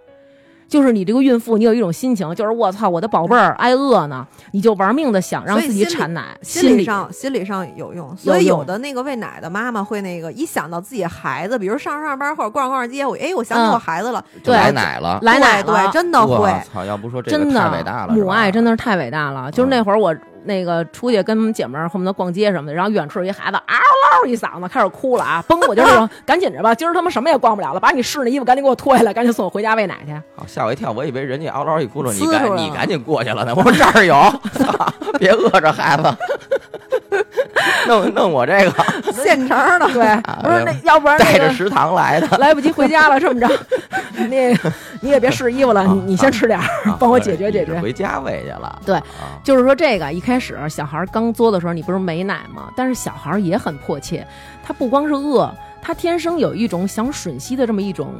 Speaker 1: 就是你这个孕妇，你有一种心情，就是我操，我的宝贝儿挨饿呢，你就玩命的想让
Speaker 3: 所以
Speaker 1: 自己
Speaker 3: 心理
Speaker 1: 产奶，
Speaker 3: 心理上心理上有用，所以有的那个喂奶的妈妈会那个一想到自己孩子，比如上上班或者逛逛街，我哎，我想起我
Speaker 1: 嗯
Speaker 3: 孩子了，
Speaker 2: 就
Speaker 1: 对
Speaker 2: 来奶了。
Speaker 1: 来奶
Speaker 3: 对
Speaker 1: 了
Speaker 3: 对，真的会
Speaker 2: 我操！要不说这个
Speaker 1: 真的
Speaker 2: 太伟大了，嗯
Speaker 1: 母爱真
Speaker 2: 的
Speaker 1: 的是太伟大了。就是那会儿我那个出去跟姐们儿恨不得逛街什么的，然后远处有一孩子嗷嗷一嗓子开始哭了啊，崩！我就 说赶紧着吧，今儿他妈什么也逛不了了，把你试那衣服赶紧给我脱下来，赶紧送我回家喂奶去。
Speaker 2: 好吓我一跳，我以为人家嗷嗷一哭噜，你
Speaker 3: 呲出来
Speaker 2: 赶
Speaker 3: 了
Speaker 2: 你赶紧过去了呢。我说这儿有， 操别饿着孩子，弄弄我这个，
Speaker 3: 现成儿的，
Speaker 1: 对，
Speaker 2: 啊
Speaker 1: 我说那要不然
Speaker 2: 哎带
Speaker 1: 那
Speaker 2: 着
Speaker 1: 个。
Speaker 2: 食堂来的。
Speaker 1: 来不及回家了，这么着，那个 你也别试衣服了，你你先吃点儿， 帮我解决解
Speaker 2: 啊你是
Speaker 1: 决。
Speaker 2: 回家喂去了。
Speaker 1: 对
Speaker 2: 啊，
Speaker 1: 就是说，这个一开始小孩刚作的时候，你不是没奶吗？但是小孩也很迫切，他不光是饿，他天生有一种想吮吸的这么一种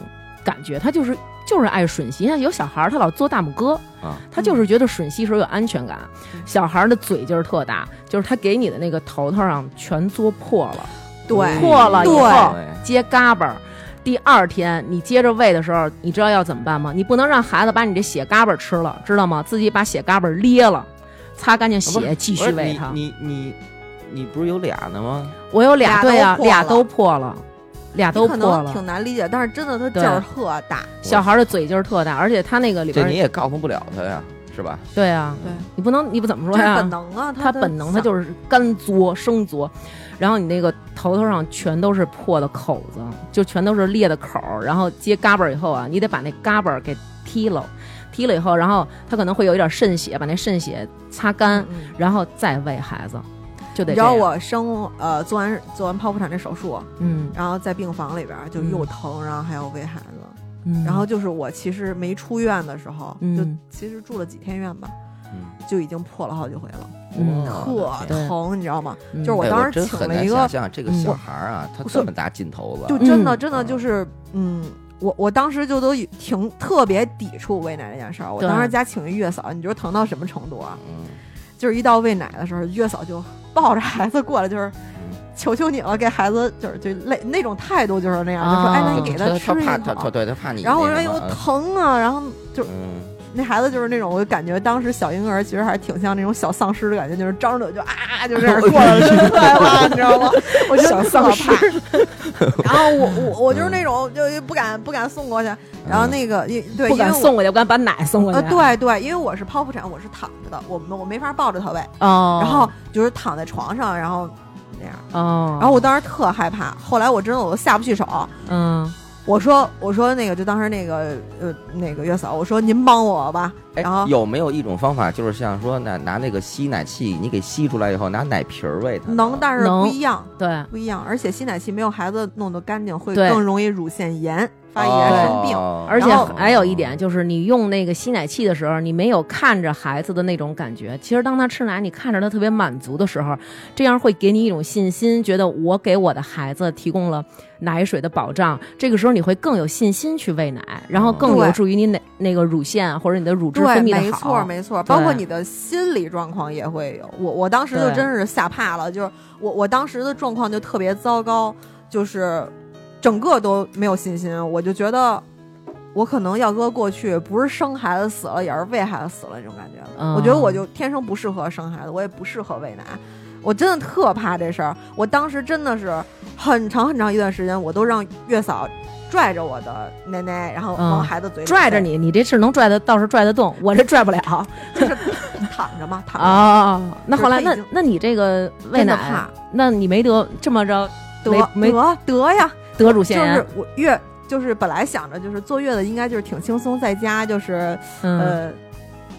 Speaker 1: 感觉，他就是就是爱吮吸。像有小孩他老嘬大拇哥
Speaker 2: 啊，
Speaker 1: 他就是觉得吮吸时候有安全感
Speaker 3: 嗯。
Speaker 1: 小孩的嘴劲儿特大，就是他给你的那个头头上全嘬破了，
Speaker 3: 对，
Speaker 1: 破了以后
Speaker 2: 嗯对
Speaker 1: 接嘎巴儿。第二天你接着喂的时候，你知道要怎么办吗？你不能让孩子把你这血嘎巴儿吃了，知道吗？自己把血嘎巴儿咧了，擦干净
Speaker 2: 啊不是
Speaker 1: 血，继
Speaker 2: 不
Speaker 1: 续
Speaker 2: 是
Speaker 1: 喂他。
Speaker 2: 你你你你不是有俩呢吗？
Speaker 1: 我有俩
Speaker 3: 俩都
Speaker 1: 对啊，
Speaker 3: 破了
Speaker 1: 俩都破了，俩都
Speaker 3: 你可
Speaker 1: 破
Speaker 3: 能
Speaker 1: 了
Speaker 3: 挺。难理解，但是真的他
Speaker 1: 对
Speaker 3: 劲儿特大，
Speaker 1: 小孩的嘴劲儿特大，而且他那个里边
Speaker 2: 这
Speaker 1: 儿
Speaker 2: 你，也告诉不了他呀，是吧？
Speaker 1: 对啊，
Speaker 3: 对，
Speaker 1: 你不能，你不怎么
Speaker 3: 这
Speaker 1: 说
Speaker 3: 是
Speaker 1: 呀？
Speaker 3: 本能啊，
Speaker 1: 他
Speaker 3: 的
Speaker 1: 本能他
Speaker 3: 想
Speaker 1: 就是干嘬生嘬，然后你那个头头上全都是破的口子，就全都是裂的口儿，然后接嘎巴儿以后啊，你得把那嘎巴儿给踢了，踢了以后，然后他可能会有一点渗血，把那渗血擦干，
Speaker 3: 嗯
Speaker 1: 然后再喂孩子，就得这
Speaker 3: 你知道
Speaker 1: 样。
Speaker 3: 我生呃做完做完剖腹产这手术，
Speaker 1: 嗯，
Speaker 3: 然后在病房里边儿就
Speaker 1: 嗯
Speaker 3: 又疼，然后还要喂孩子，
Speaker 1: 嗯
Speaker 3: 然后就是我其实没出院的时候，就
Speaker 1: 嗯
Speaker 3: 其实住了几天院吧，
Speaker 2: 嗯，
Speaker 3: 就已经破了好几回了，
Speaker 1: 嗯
Speaker 2: 哇
Speaker 3: 特
Speaker 2: 我的天
Speaker 1: 对
Speaker 3: 疼，你知道吗？
Speaker 1: 嗯
Speaker 3: 就是我
Speaker 2: 哎
Speaker 3: 当时
Speaker 2: 真
Speaker 3: 请
Speaker 2: 很
Speaker 3: 了
Speaker 2: 难
Speaker 3: 一个
Speaker 2: 想象这个
Speaker 1: 嗯
Speaker 2: 小孩儿啊，他
Speaker 3: 我
Speaker 2: 这么大劲头子啊
Speaker 3: 就，真的
Speaker 1: 嗯
Speaker 3: 真的就是嗯。我我当时就都挺特别抵触喂奶这件事儿，我
Speaker 1: 对
Speaker 3: 当时家请一月嫂，你知道疼到什么程度啊？
Speaker 2: 嗯，
Speaker 3: 就是一到喂奶的时候，月嫂就抱着孩子过来，就是求求你了，给孩子就是就累那种态度就是那样，就说
Speaker 1: 啊
Speaker 3: 哎，那你给
Speaker 2: 嗯他
Speaker 3: 吃
Speaker 2: 怕他
Speaker 3: 一
Speaker 2: 他
Speaker 3: 口。
Speaker 2: 对他怕你那什
Speaker 3: 然后我
Speaker 2: 么，
Speaker 3: 说哎呦疼啊，然后就
Speaker 2: 嗯，
Speaker 3: 那孩子就是那种，我就感觉当时小婴儿其实还挺像那种小丧尸的感觉，就是张着嘴就啊就这样过来，真的害怕，你知道吗？我觉得
Speaker 1: 小
Speaker 3: 特
Speaker 1: 丧尸
Speaker 3: 怕。然后我我我就是那种就不敢不敢送过去，然后
Speaker 2: 嗯
Speaker 3: 那个因对
Speaker 1: 不
Speaker 3: 因为
Speaker 1: 敢
Speaker 3: 我
Speaker 1: 送过去，不敢把奶送过去。
Speaker 3: 呃，对对，因为我是剖腹产，我是躺着的，我们我没法抱着他喂，
Speaker 1: 哦，
Speaker 3: 然后就是躺在床上，然后这样。
Speaker 1: 哦，
Speaker 3: 然后我当时特害怕，后来我真的我都下不去手。
Speaker 1: 嗯，
Speaker 3: 我说我说那个就当时那个呃那个月嫂，我说您帮我吧。
Speaker 2: 哎
Speaker 3: 然后，
Speaker 2: 有没有一种方法，就是像说拿拿那个吸奶器，你给吸出来以后，拿奶瓶儿喂它？
Speaker 3: 能，但
Speaker 1: 嗯
Speaker 3: 是
Speaker 1: 能
Speaker 3: 不一样，
Speaker 1: 对，
Speaker 3: 不一样。而且吸奶器没有孩子弄得干净，会
Speaker 1: 对
Speaker 3: 更容易乳腺炎发炎
Speaker 1: 对
Speaker 3: 生病。
Speaker 2: 哦
Speaker 1: 而且
Speaker 3: 然后
Speaker 1: 还有一点，就是，你用那个吸奶器的时候，你没有看着孩子的那种感觉。其实当他吃奶，你看着他特别满足的时候，这样会给你一种信心，觉得我给我的孩子提供了奶水的保障。这个时候你会更有信心去喂奶，然后更有
Speaker 3: 嗯对
Speaker 1: 助于你奶那个乳腺或者你的乳汁
Speaker 3: 对，
Speaker 1: 分泌
Speaker 3: 没
Speaker 1: 的
Speaker 3: 错，
Speaker 1: 好。
Speaker 3: 没错，
Speaker 1: 对
Speaker 3: 包括你的心理状况也会有。我我当时就
Speaker 1: 对
Speaker 3: 真是吓怕了，就是我我当时的状况就特别糟糕，就是整个都没有信心，我就觉得我可能要搁过去不是生孩子死了，也是喂孩子死了那种感觉。
Speaker 1: 嗯
Speaker 3: 我觉得我就天生不适合生孩子，我也不适合喂奶。我真的特怕这事儿，我当时真的是很长很长一段时间，我都让月嫂拽着我的奶奶，然后往
Speaker 1: 嗯
Speaker 3: 孩子嘴里
Speaker 1: 拽着
Speaker 3: 塞
Speaker 1: 你，你这是能拽得，倒是拽得动，我这拽不了
Speaker 3: 躺着嘛，躺着。
Speaker 1: 啊。那后来，
Speaker 3: 就
Speaker 1: 那
Speaker 3: 是他已经
Speaker 1: 那你这个喂
Speaker 3: 真的
Speaker 1: 奶
Speaker 3: 怕，
Speaker 1: 那你没得这么着
Speaker 3: 得
Speaker 1: 没没
Speaker 3: 得得呀，
Speaker 1: 得乳
Speaker 3: 就
Speaker 1: 腺炎？啊
Speaker 3: 是我月就是本来想着就是坐月子应该就是挺轻松，在家就是、
Speaker 1: 嗯，
Speaker 3: 呃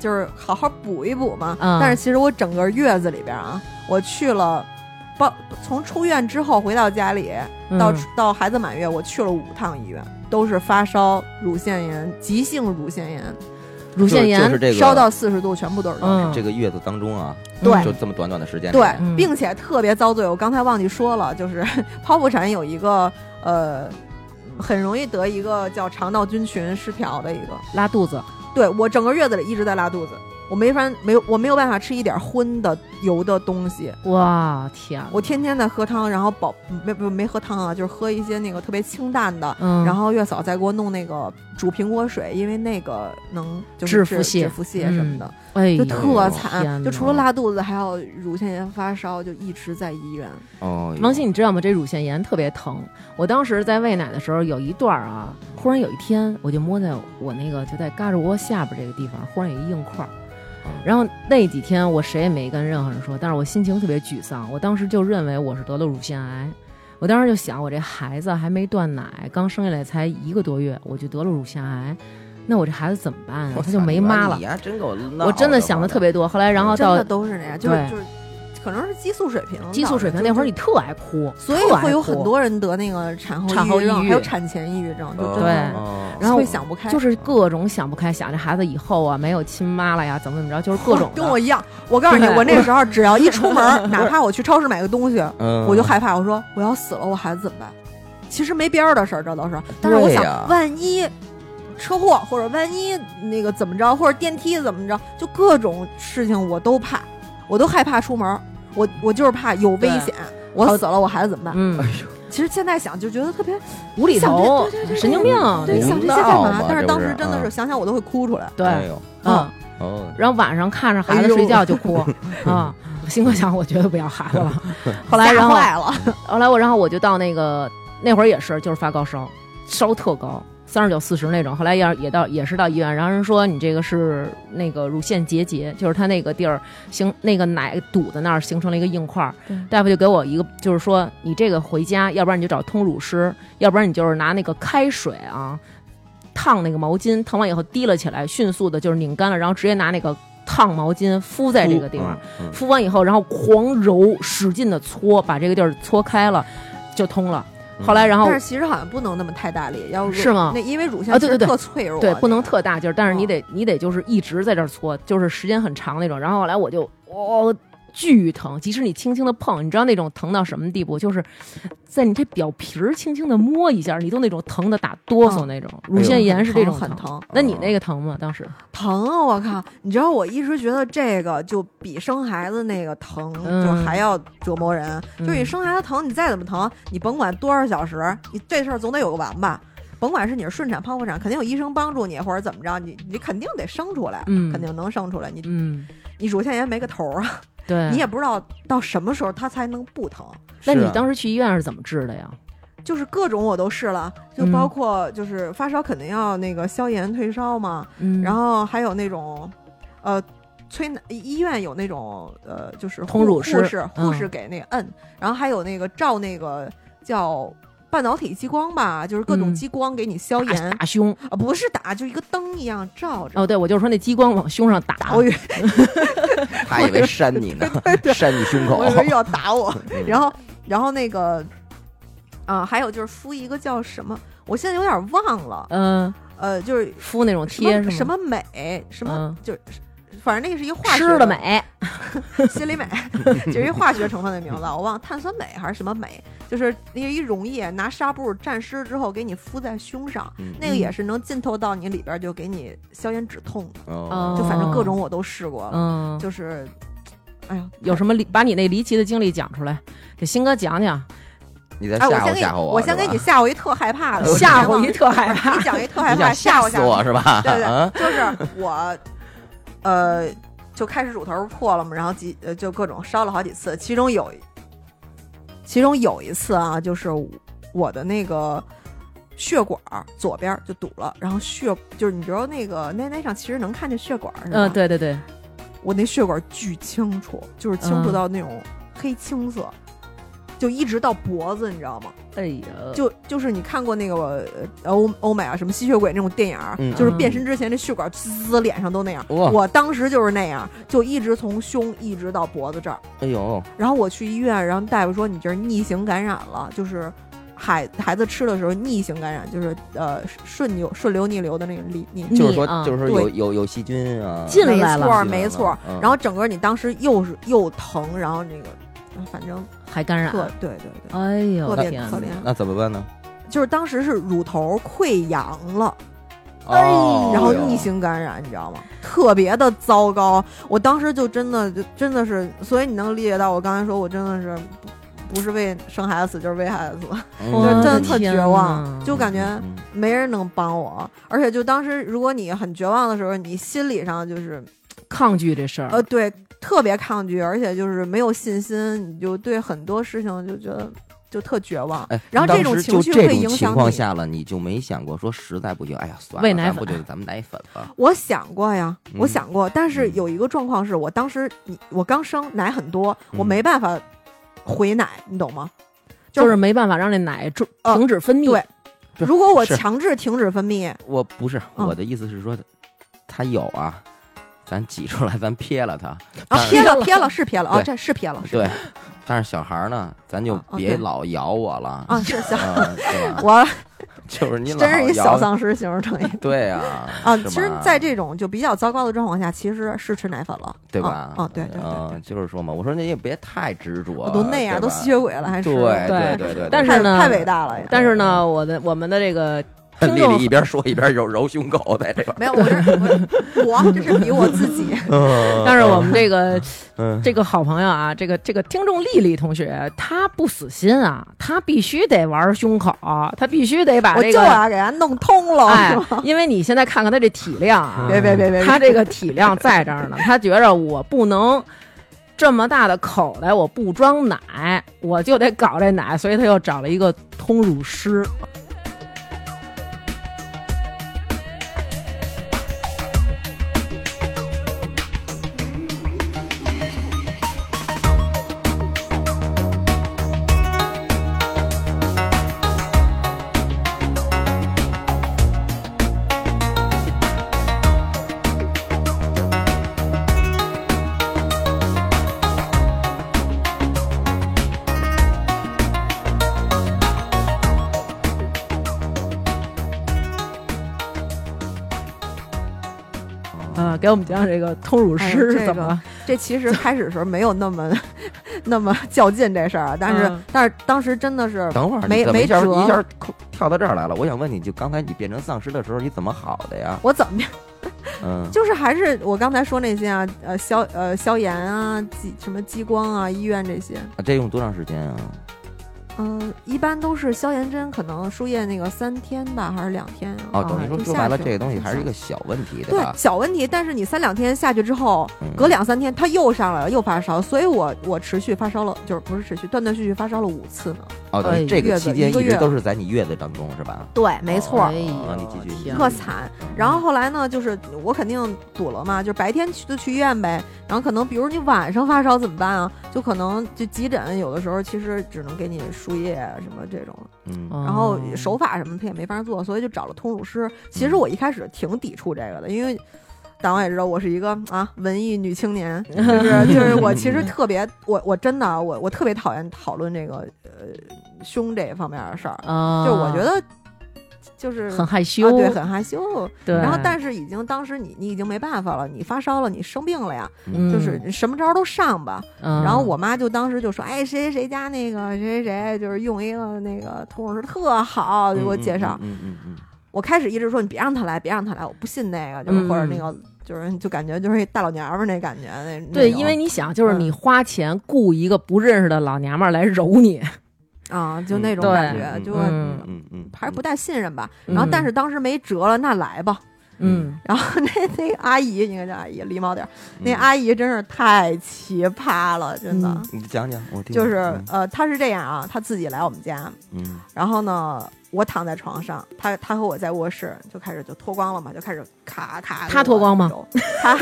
Speaker 3: 就是好好补一补嘛。
Speaker 1: 嗯
Speaker 3: 但是其实我整个月子里边啊，我去了。包从出院之后回到家里，到、
Speaker 1: 嗯
Speaker 3: 到孩子满月，我去了五趟医院，都是发烧、乳腺炎、急性乳腺炎，
Speaker 1: 乳
Speaker 2: 就是
Speaker 1: 腺炎
Speaker 2: 就是这个
Speaker 3: 烧到四十度，全部都是。
Speaker 1: 嗯
Speaker 2: 这个月子当中啊，
Speaker 3: 对
Speaker 2: 就这么短短的时间里，
Speaker 3: 对，
Speaker 1: 嗯
Speaker 3: 并且特别遭罪。我刚才忘记说了，就是 剖腹产有一个呃，很容易得一个叫肠道菌群失调的一个。
Speaker 1: 拉肚子。
Speaker 3: 对我整个月子里一直在拉肚子，我没法没有我没有办法吃一点荤的油的东西，
Speaker 1: 哇天啊，
Speaker 3: 我天天在喝汤，然后保没不没喝汤啊，就是喝一些那个特别清淡的。
Speaker 1: 嗯，
Speaker 3: 然后月嫂再给我弄那个煮苹果水，因为那个能就是
Speaker 1: 治
Speaker 3: 治
Speaker 1: 腹泻
Speaker 3: 治腹泻什么的，
Speaker 1: 哎呦，
Speaker 3: 就特
Speaker 1: 天
Speaker 3: 惨，
Speaker 1: 哪
Speaker 3: 就除了拉肚子，还有乳腺炎发烧，就一直在医院。
Speaker 2: 哦，
Speaker 1: 王鑫，你知道吗？这乳腺炎特别疼。我当时在喂奶的时候，有一段儿啊，忽然有一天，我就摸在我那个就在胳肢窝下边这个地方，忽然有一硬块儿。
Speaker 2: 嗯
Speaker 1: 然后那几天我谁也没跟任何人说，但是我心情特别沮丧。我当时就认为我是得了乳腺癌，我当时就想，我这孩子还没断奶，刚生下来才一个多月，我就得了乳腺癌，那我这孩子怎么办啊？
Speaker 2: 我
Speaker 1: 他
Speaker 2: 操
Speaker 1: 就没
Speaker 2: 你妈
Speaker 1: 妈了
Speaker 2: 你。还哎真给我闹的，
Speaker 1: 我真的想的特别多。后来，然后
Speaker 3: 真
Speaker 1: 哦到
Speaker 3: 的都是那样，就是
Speaker 1: 对
Speaker 3: 就是，可能是激素水平导致，
Speaker 1: 激素水平那会儿，你
Speaker 3: 就
Speaker 1: 特爱哭，
Speaker 3: 所以
Speaker 1: 特爱
Speaker 3: 会有
Speaker 1: 哭
Speaker 3: 很。多人得那个产后
Speaker 1: 产后
Speaker 3: 抑郁症，
Speaker 1: 抑郁
Speaker 3: 还有产前抑郁症，就
Speaker 2: 哦，
Speaker 3: 真的是
Speaker 2: 哦
Speaker 1: 然后
Speaker 3: 会想不开，
Speaker 1: 就是各种想不开，想这孩子以后啊没有亲妈了呀，怎么怎么着，就是各种的
Speaker 3: 跟我一样。我告诉你，
Speaker 1: 对
Speaker 3: 我那 时候只要一出门，哪怕我去超市买个东西，
Speaker 2: 嗯，
Speaker 3: 我就害怕，我说我要死了，我孩子怎么办？其实没边儿的事儿，这都是。但是我
Speaker 2: 对
Speaker 3: 想
Speaker 2: 呀，
Speaker 3: 万一车祸，或者万一那个怎么着，或者电梯怎么着，就各种事情我都怕，我都害怕出门儿，我我就是怕有危
Speaker 1: 对
Speaker 3: 险，我死了，我孩子怎么办？
Speaker 1: 嗯
Speaker 2: 哎
Speaker 3: 其实现在想就觉得特别
Speaker 1: 无厘头
Speaker 3: 想这对对对，对
Speaker 1: 神经病，
Speaker 3: 对，
Speaker 2: 无
Speaker 3: 想这些
Speaker 2: 脑
Speaker 3: 干嘛
Speaker 2: 嘛？
Speaker 3: 但
Speaker 2: 这
Speaker 3: 是当
Speaker 2: 不
Speaker 3: 时
Speaker 2: 是
Speaker 3: 真
Speaker 2: 嗯
Speaker 3: 的是想想我都会哭出来。
Speaker 2: 哎
Speaker 1: 对，
Speaker 2: 呦
Speaker 1: 嗯，
Speaker 2: 哦，
Speaker 1: 然后晚上看着孩
Speaker 3: 哎
Speaker 1: 子
Speaker 3: 呦
Speaker 1: 睡觉就 哭啊。新哥想，我绝对不要孩子了。后来，
Speaker 3: 吓
Speaker 1: 然后
Speaker 3: 坏了，
Speaker 1: 后来我，然后我就到那个那会儿也是，就是发高烧，烧特高，三十九四十那种。后来也也到也是到医院，然后人说你这个是那个乳腺结节，就是它那个地儿形那个奶堵在那儿形成了一个硬块儿
Speaker 3: 对。
Speaker 1: 大夫就给我一个，就是说你这个回家，要不然你就找通乳师，要不然你就是拿那个开水啊烫那个毛巾，烫完以后滴了起来，迅速的就是拧干了，然后直接拿那个烫毛巾敷在这个地方。
Speaker 2: 嗯，
Speaker 1: 敷完以后，然后狂揉，使劲的搓，把这个地儿搓开了，就通了。
Speaker 2: 嗯
Speaker 1: 后来，然后
Speaker 3: 但是其实好像不能那么太大力，要如
Speaker 1: 是吗
Speaker 3: 那因为乳腺
Speaker 1: 啊
Speaker 3: 其
Speaker 1: 对
Speaker 3: 实
Speaker 1: 对对
Speaker 3: 特脆弱，
Speaker 1: 对，不能
Speaker 3: 那个
Speaker 1: 特大劲儿，但是你
Speaker 3: 嗯
Speaker 1: 得、你得就是一直在这儿搓，就是时间很长那种。然后后来我就哦。巨疼，即使你轻轻的碰，你知道那种疼到什么地步？就是在你这表皮儿轻轻的摸一下，你都那种疼的打哆嗦那种。乳腺炎是这种
Speaker 3: 嗯哎很疼，嗯
Speaker 1: 那你那个疼吗？当时
Speaker 3: 疼啊！我靠，你知道我一直觉得这个就比生孩子那个疼
Speaker 1: 嗯
Speaker 3: 就还要折磨人，
Speaker 1: 嗯
Speaker 3: 就是你生孩子疼，你再怎么疼，你甭管多少小时，你这事儿总得有个完吧。甭管是你是顺产剖腹产，肯定有医生帮助你，或者怎么着，你你肯定得生出来，
Speaker 1: 嗯
Speaker 3: 肯定能生出来。你
Speaker 1: 嗯，
Speaker 3: 你乳腺炎没个头儿啊，
Speaker 1: 对。
Speaker 3: 你也不知道到什么时候它才能不疼。
Speaker 1: 那
Speaker 2: 是
Speaker 1: 你
Speaker 2: 啊
Speaker 1: 当时去医院是怎么治的呀？
Speaker 3: 就是各种我都试了，就
Speaker 1: 嗯
Speaker 3: 包括就是发烧肯定要那个消炎退烧嘛，
Speaker 1: 嗯，
Speaker 3: 然后还有那种，呃，催奶，医院有那种呃，就是
Speaker 1: 通乳
Speaker 3: 师，护
Speaker 1: 师嗯
Speaker 3: 士护士给那个摁，然后还有那个照那个叫半导体激光吧，就是各种
Speaker 1: 嗯
Speaker 3: 激光给你消炎
Speaker 1: 打打胸。
Speaker 3: 啊，不是打，就一个灯一样照着。
Speaker 1: 哦，对，我就是说那激光往胸上打，
Speaker 3: 我以为
Speaker 2: 他以为扇你呢，扇你胸口
Speaker 3: 我。以为要打 我，
Speaker 2: 嗯
Speaker 3: 然后然后那个啊、还有就是敷一个叫什么，我现在有点忘了，
Speaker 1: 嗯，
Speaker 3: 呃，就是
Speaker 1: 敷那种
Speaker 3: 什
Speaker 1: 贴是吗？
Speaker 3: 么什么美什么，
Speaker 1: 嗯
Speaker 3: 就是反正那个是一个化学
Speaker 1: 吃的美，
Speaker 3: 心里美， 就是一化学成分的名字，我忘了碳酸镁还是什么镁，就是那一溶液，拿纱布蘸湿之后给你敷在胸上，
Speaker 2: 嗯
Speaker 3: 那个也是能浸透到你里边儿，就给你消炎止痛的，
Speaker 2: 哦
Speaker 3: 就反正
Speaker 1: 哦
Speaker 3: 各种我都试过了，
Speaker 1: 嗯，
Speaker 3: 就是，哎呀，
Speaker 1: 有什么离把你那离奇的经历讲出来，给新哥讲讲，
Speaker 2: 你在
Speaker 3: 哎，
Speaker 2: 吓
Speaker 3: 我先
Speaker 2: 唬
Speaker 3: 给你
Speaker 2: 吓唬，我，
Speaker 3: 我先给你
Speaker 2: 是吧
Speaker 3: 吓唬一特害怕的，哎我
Speaker 1: 吓
Speaker 3: 先
Speaker 1: 唬
Speaker 3: 往
Speaker 1: 一特 害怕
Speaker 3: 你。讲一特害
Speaker 2: 你
Speaker 3: 怕，
Speaker 2: 想
Speaker 3: 吓唬
Speaker 2: 死我是吧？
Speaker 3: 对对
Speaker 2: 啊，
Speaker 3: 就是我，呃，就开始乳头破了嘛，然后几呃就各种烧了好几次，其中有，其中有一次啊，就是我的那个血管儿左边儿就堵了，然后血就是你知道那个奶奶上其实能看见血管儿是吧？
Speaker 1: 嗯，，对对对，
Speaker 3: 我那血管巨清楚，就是清楚
Speaker 1: 嗯
Speaker 3: 到那种黑青色，就一直到脖子，你知道吗？
Speaker 1: 哎呀，
Speaker 3: 就就是你看过那个呃欧欧美啊什么吸血鬼那种电影儿，
Speaker 2: 嗯
Speaker 3: 就是变身之前那血管滋滋脸上都那样。
Speaker 2: 哇
Speaker 3: 我当时就是那样，就一直从胸一直到脖子这儿。
Speaker 2: 哎呦，
Speaker 3: 然后我去医院，然后大夫说你这是逆行感染了，就是孩孩子吃的时候逆行感染，就是呃顺流顺流逆流的那个逆逆。
Speaker 2: 就是说
Speaker 1: 你啊
Speaker 2: 就是说有有有细菌啊，
Speaker 1: 进
Speaker 3: 没
Speaker 1: 来了
Speaker 3: 错
Speaker 2: 进来了
Speaker 3: 没错。
Speaker 2: 嗯
Speaker 3: 然后整个你当时又是又疼，然后那个呃反正
Speaker 1: 还感染，
Speaker 3: 特对对对，
Speaker 1: 哎呦，
Speaker 3: 特别
Speaker 1: 天哪
Speaker 3: 可怜
Speaker 2: 那怎么办呢？
Speaker 3: 就是当时是乳头溃疡了。
Speaker 1: 哎
Speaker 2: 哦
Speaker 3: 然后
Speaker 2: 哎呦
Speaker 3: 逆行感染，你知道吗？特别的糟糕。我当时就真的就真的是，所以你能理解到我刚才说我真的是不不是为生孩子死，就是 为孩子死，
Speaker 2: 嗯
Speaker 3: 就
Speaker 1: 我
Speaker 3: 是
Speaker 1: 的
Speaker 3: 真的特
Speaker 1: 天
Speaker 3: 绝望，
Speaker 1: 呐
Speaker 3: 就感觉
Speaker 2: 嗯
Speaker 3: 没人能帮我。而且就当时如果你很绝望的时候，你心理上就是
Speaker 1: 抗拒这事儿，
Speaker 3: 呃对特别抗拒，而且就是没有信心，你就对很多事情就觉得就特绝望。
Speaker 2: 哎，
Speaker 3: 然后这
Speaker 2: 当
Speaker 3: 种
Speaker 2: 时
Speaker 3: 情
Speaker 2: 就
Speaker 3: 绪
Speaker 2: 这
Speaker 3: 会
Speaker 2: 种
Speaker 3: 影
Speaker 2: 情
Speaker 3: 响
Speaker 2: 况
Speaker 3: 你
Speaker 2: 下了，你就没想过说实在不行，哎呀，算
Speaker 1: 喂
Speaker 2: 了，
Speaker 1: 奶
Speaker 2: 咱不
Speaker 1: 粉
Speaker 2: 就咱们奶粉吧。
Speaker 3: 我想过呀，
Speaker 2: 嗯
Speaker 3: 我想过，但是
Speaker 2: 嗯
Speaker 3: 有一个状况是我当时你我刚生奶很多，
Speaker 2: 嗯
Speaker 3: 我没办法回奶，你懂吗？就
Speaker 1: 就是没办法让这奶中
Speaker 3: 呃
Speaker 1: 停止分泌，
Speaker 3: 对
Speaker 2: 是
Speaker 3: 如果我
Speaker 2: 是
Speaker 3: 强制停止分泌，
Speaker 2: 我不是
Speaker 3: 嗯
Speaker 2: 我的意思是说，他有啊，咱挤出来，咱撇了他。
Speaker 3: 啊，
Speaker 2: 但
Speaker 3: 撇了
Speaker 1: 是
Speaker 3: 撇了是撇了啊，
Speaker 2: 对
Speaker 3: 这是撇了是
Speaker 2: 对，但是小孩儿呢，咱就
Speaker 3: 啊啊
Speaker 2: 别
Speaker 3: 对
Speaker 2: 老咬我了
Speaker 3: 啊，是小，
Speaker 2: 嗯对吧？
Speaker 3: 我
Speaker 2: 就是你老
Speaker 3: 真是一小
Speaker 2: 咬
Speaker 3: 丧尸形容成 语
Speaker 2: 对啊，
Speaker 3: 啊。
Speaker 2: 是
Speaker 3: 其实
Speaker 2: 吧，
Speaker 3: 在这种就比较糟糕的状况下，其实是吃奶粉了，
Speaker 2: 对吧？
Speaker 3: 啊，啊对对对对
Speaker 2: 嗯，就是说嘛，我说你也别太执着，
Speaker 3: 我都那样
Speaker 2: 对
Speaker 3: 都
Speaker 2: 吧
Speaker 3: 吸血鬼了还吃
Speaker 2: 对
Speaker 1: 对
Speaker 2: 对对对，
Speaker 1: 但
Speaker 3: 太
Speaker 1: 是呢
Speaker 3: 太伟大了呀。
Speaker 1: 但是呢，我的我们的这个听
Speaker 2: 丽丽
Speaker 1: 众
Speaker 2: 一边说一边揉揉胸口，在 这边。
Speaker 3: 没有，我 是我，我这是比我自己
Speaker 1: 但是我们这个
Speaker 2: 嗯
Speaker 1: 这个好朋友啊，这个这个听众丽丽同学，她不死心啊，她必须得玩胸口，她必须得把
Speaker 3: 我
Speaker 1: 这
Speaker 3: 就
Speaker 1: 个，
Speaker 3: 要给他弄通了。
Speaker 1: 哎，因为你现在看看她这体量啊，
Speaker 3: 哦别别别别，别
Speaker 1: 她这个体量在这 儿呢，她觉着我不能。这么大的口袋，我不装奶，我就得搞这奶，所以她又找了一个通乳师。啊，给我们讲讲这个通乳
Speaker 3: 哎呀
Speaker 1: 师
Speaker 3: 这
Speaker 1: 是怎么
Speaker 3: 个
Speaker 1: 了？
Speaker 3: 这其实开始的时候没有那么 那么较劲这事儿啊，但是、
Speaker 1: 嗯
Speaker 3: 但是当时真的是
Speaker 2: 等会儿你
Speaker 3: 没
Speaker 2: 怎么
Speaker 3: 没
Speaker 2: 一下
Speaker 3: 辙
Speaker 2: 一下扣跳到这儿来了，我想问你就刚才你变成丧尸的时候，你怎么好的呀？
Speaker 3: 我怎么 样，
Speaker 2: 嗯，
Speaker 3: 就是还是我刚才说那些啊，呃消呃消炎啊，激什么激光啊，医院这些，
Speaker 2: 这用多长时间啊？
Speaker 3: 嗯、一般都是消炎针，可能输液那个三天吧，还是两天啊？
Speaker 2: 哦，等于
Speaker 3: 啊
Speaker 2: 说
Speaker 3: 就
Speaker 2: 说
Speaker 3: 下
Speaker 2: 白了，
Speaker 3: 去
Speaker 2: 这个东西还是一。
Speaker 3: 就下
Speaker 2: 个小问题，
Speaker 3: 对
Speaker 2: 吧？
Speaker 3: 小问题，但是你三两天下去之后，
Speaker 2: 嗯
Speaker 3: 隔两三天它又上来了，又发烧，所以我我持续发烧了，就是不是持续断断续续发烧了五次呢。
Speaker 2: 哦，对
Speaker 1: 哎
Speaker 2: 这
Speaker 3: 月
Speaker 2: 个
Speaker 3: 子
Speaker 2: 期间
Speaker 3: 一个
Speaker 2: 一直
Speaker 3: 月
Speaker 2: 都是在你月子当中是吧？
Speaker 3: 对，没错儿，
Speaker 1: 哎呦
Speaker 2: 啊你继续
Speaker 1: 天
Speaker 3: 特惨。然后后来呢，就是我肯定堵了嘛，就白天去就去医院呗。然后可能比如你晚上发烧怎么办啊？就可能就急诊，有的时候其实只能给你输液啊什么这种，
Speaker 2: 嗯，
Speaker 1: 哦
Speaker 3: 然后手法什么他也没法做，所以就找了通乳师。其实我一开始挺抵触这个的，因为。大王也知道我是一个啊文艺女 青年，就是就是我其实特别我我真的啊我我特别讨厌讨论这个呃胸这方面的事儿，
Speaker 1: 啊，
Speaker 3: 就我觉得就是
Speaker 1: 很害羞，
Speaker 3: 啊，对，很害羞。
Speaker 1: 对
Speaker 3: 然后，但是已经当时你你已经没办法了，你发烧了，你生病了呀，
Speaker 1: 嗯
Speaker 3: 就是什么招儿都上吧。
Speaker 1: 嗯
Speaker 3: 然后我妈就当时就说：“哎，谁谁谁家那个谁谁谁，就是用一个那个通乳师特好，就给我介绍。
Speaker 2: 嗯嗯嗯，
Speaker 3: 我开始一直说：“你别让他来，别让他来，我不信那个，就是、
Speaker 1: 嗯
Speaker 3: 或者那个，就是就感觉就是大老娘们儿那感觉那
Speaker 1: 对，
Speaker 3: 那种
Speaker 1: 因为你想，就是
Speaker 3: 嗯
Speaker 1: 你花钱雇一个不认识的老娘们儿来揉你，
Speaker 3: 啊，就那种
Speaker 1: 对
Speaker 3: 感觉，就
Speaker 1: 嗯
Speaker 2: 嗯嗯，
Speaker 3: 还是不太信任吧。
Speaker 1: 嗯
Speaker 3: 然后但是当时没辙了，那来吧。
Speaker 1: 嗯，
Speaker 3: 然后那那个阿姨，应该叫阿姨，礼貌点儿。那
Speaker 2: 爱，
Speaker 3: 阿姨真是太奇葩了，真的。
Speaker 1: 嗯
Speaker 2: 你讲讲，我听听。
Speaker 3: 就是呃，她是这样啊，她自己来我们家，
Speaker 2: 嗯
Speaker 3: 然后呢，我躺在床上，她她和我在卧室就开始就脱光了嘛，就开始咔咔。
Speaker 1: 她脱光吗？
Speaker 3: 她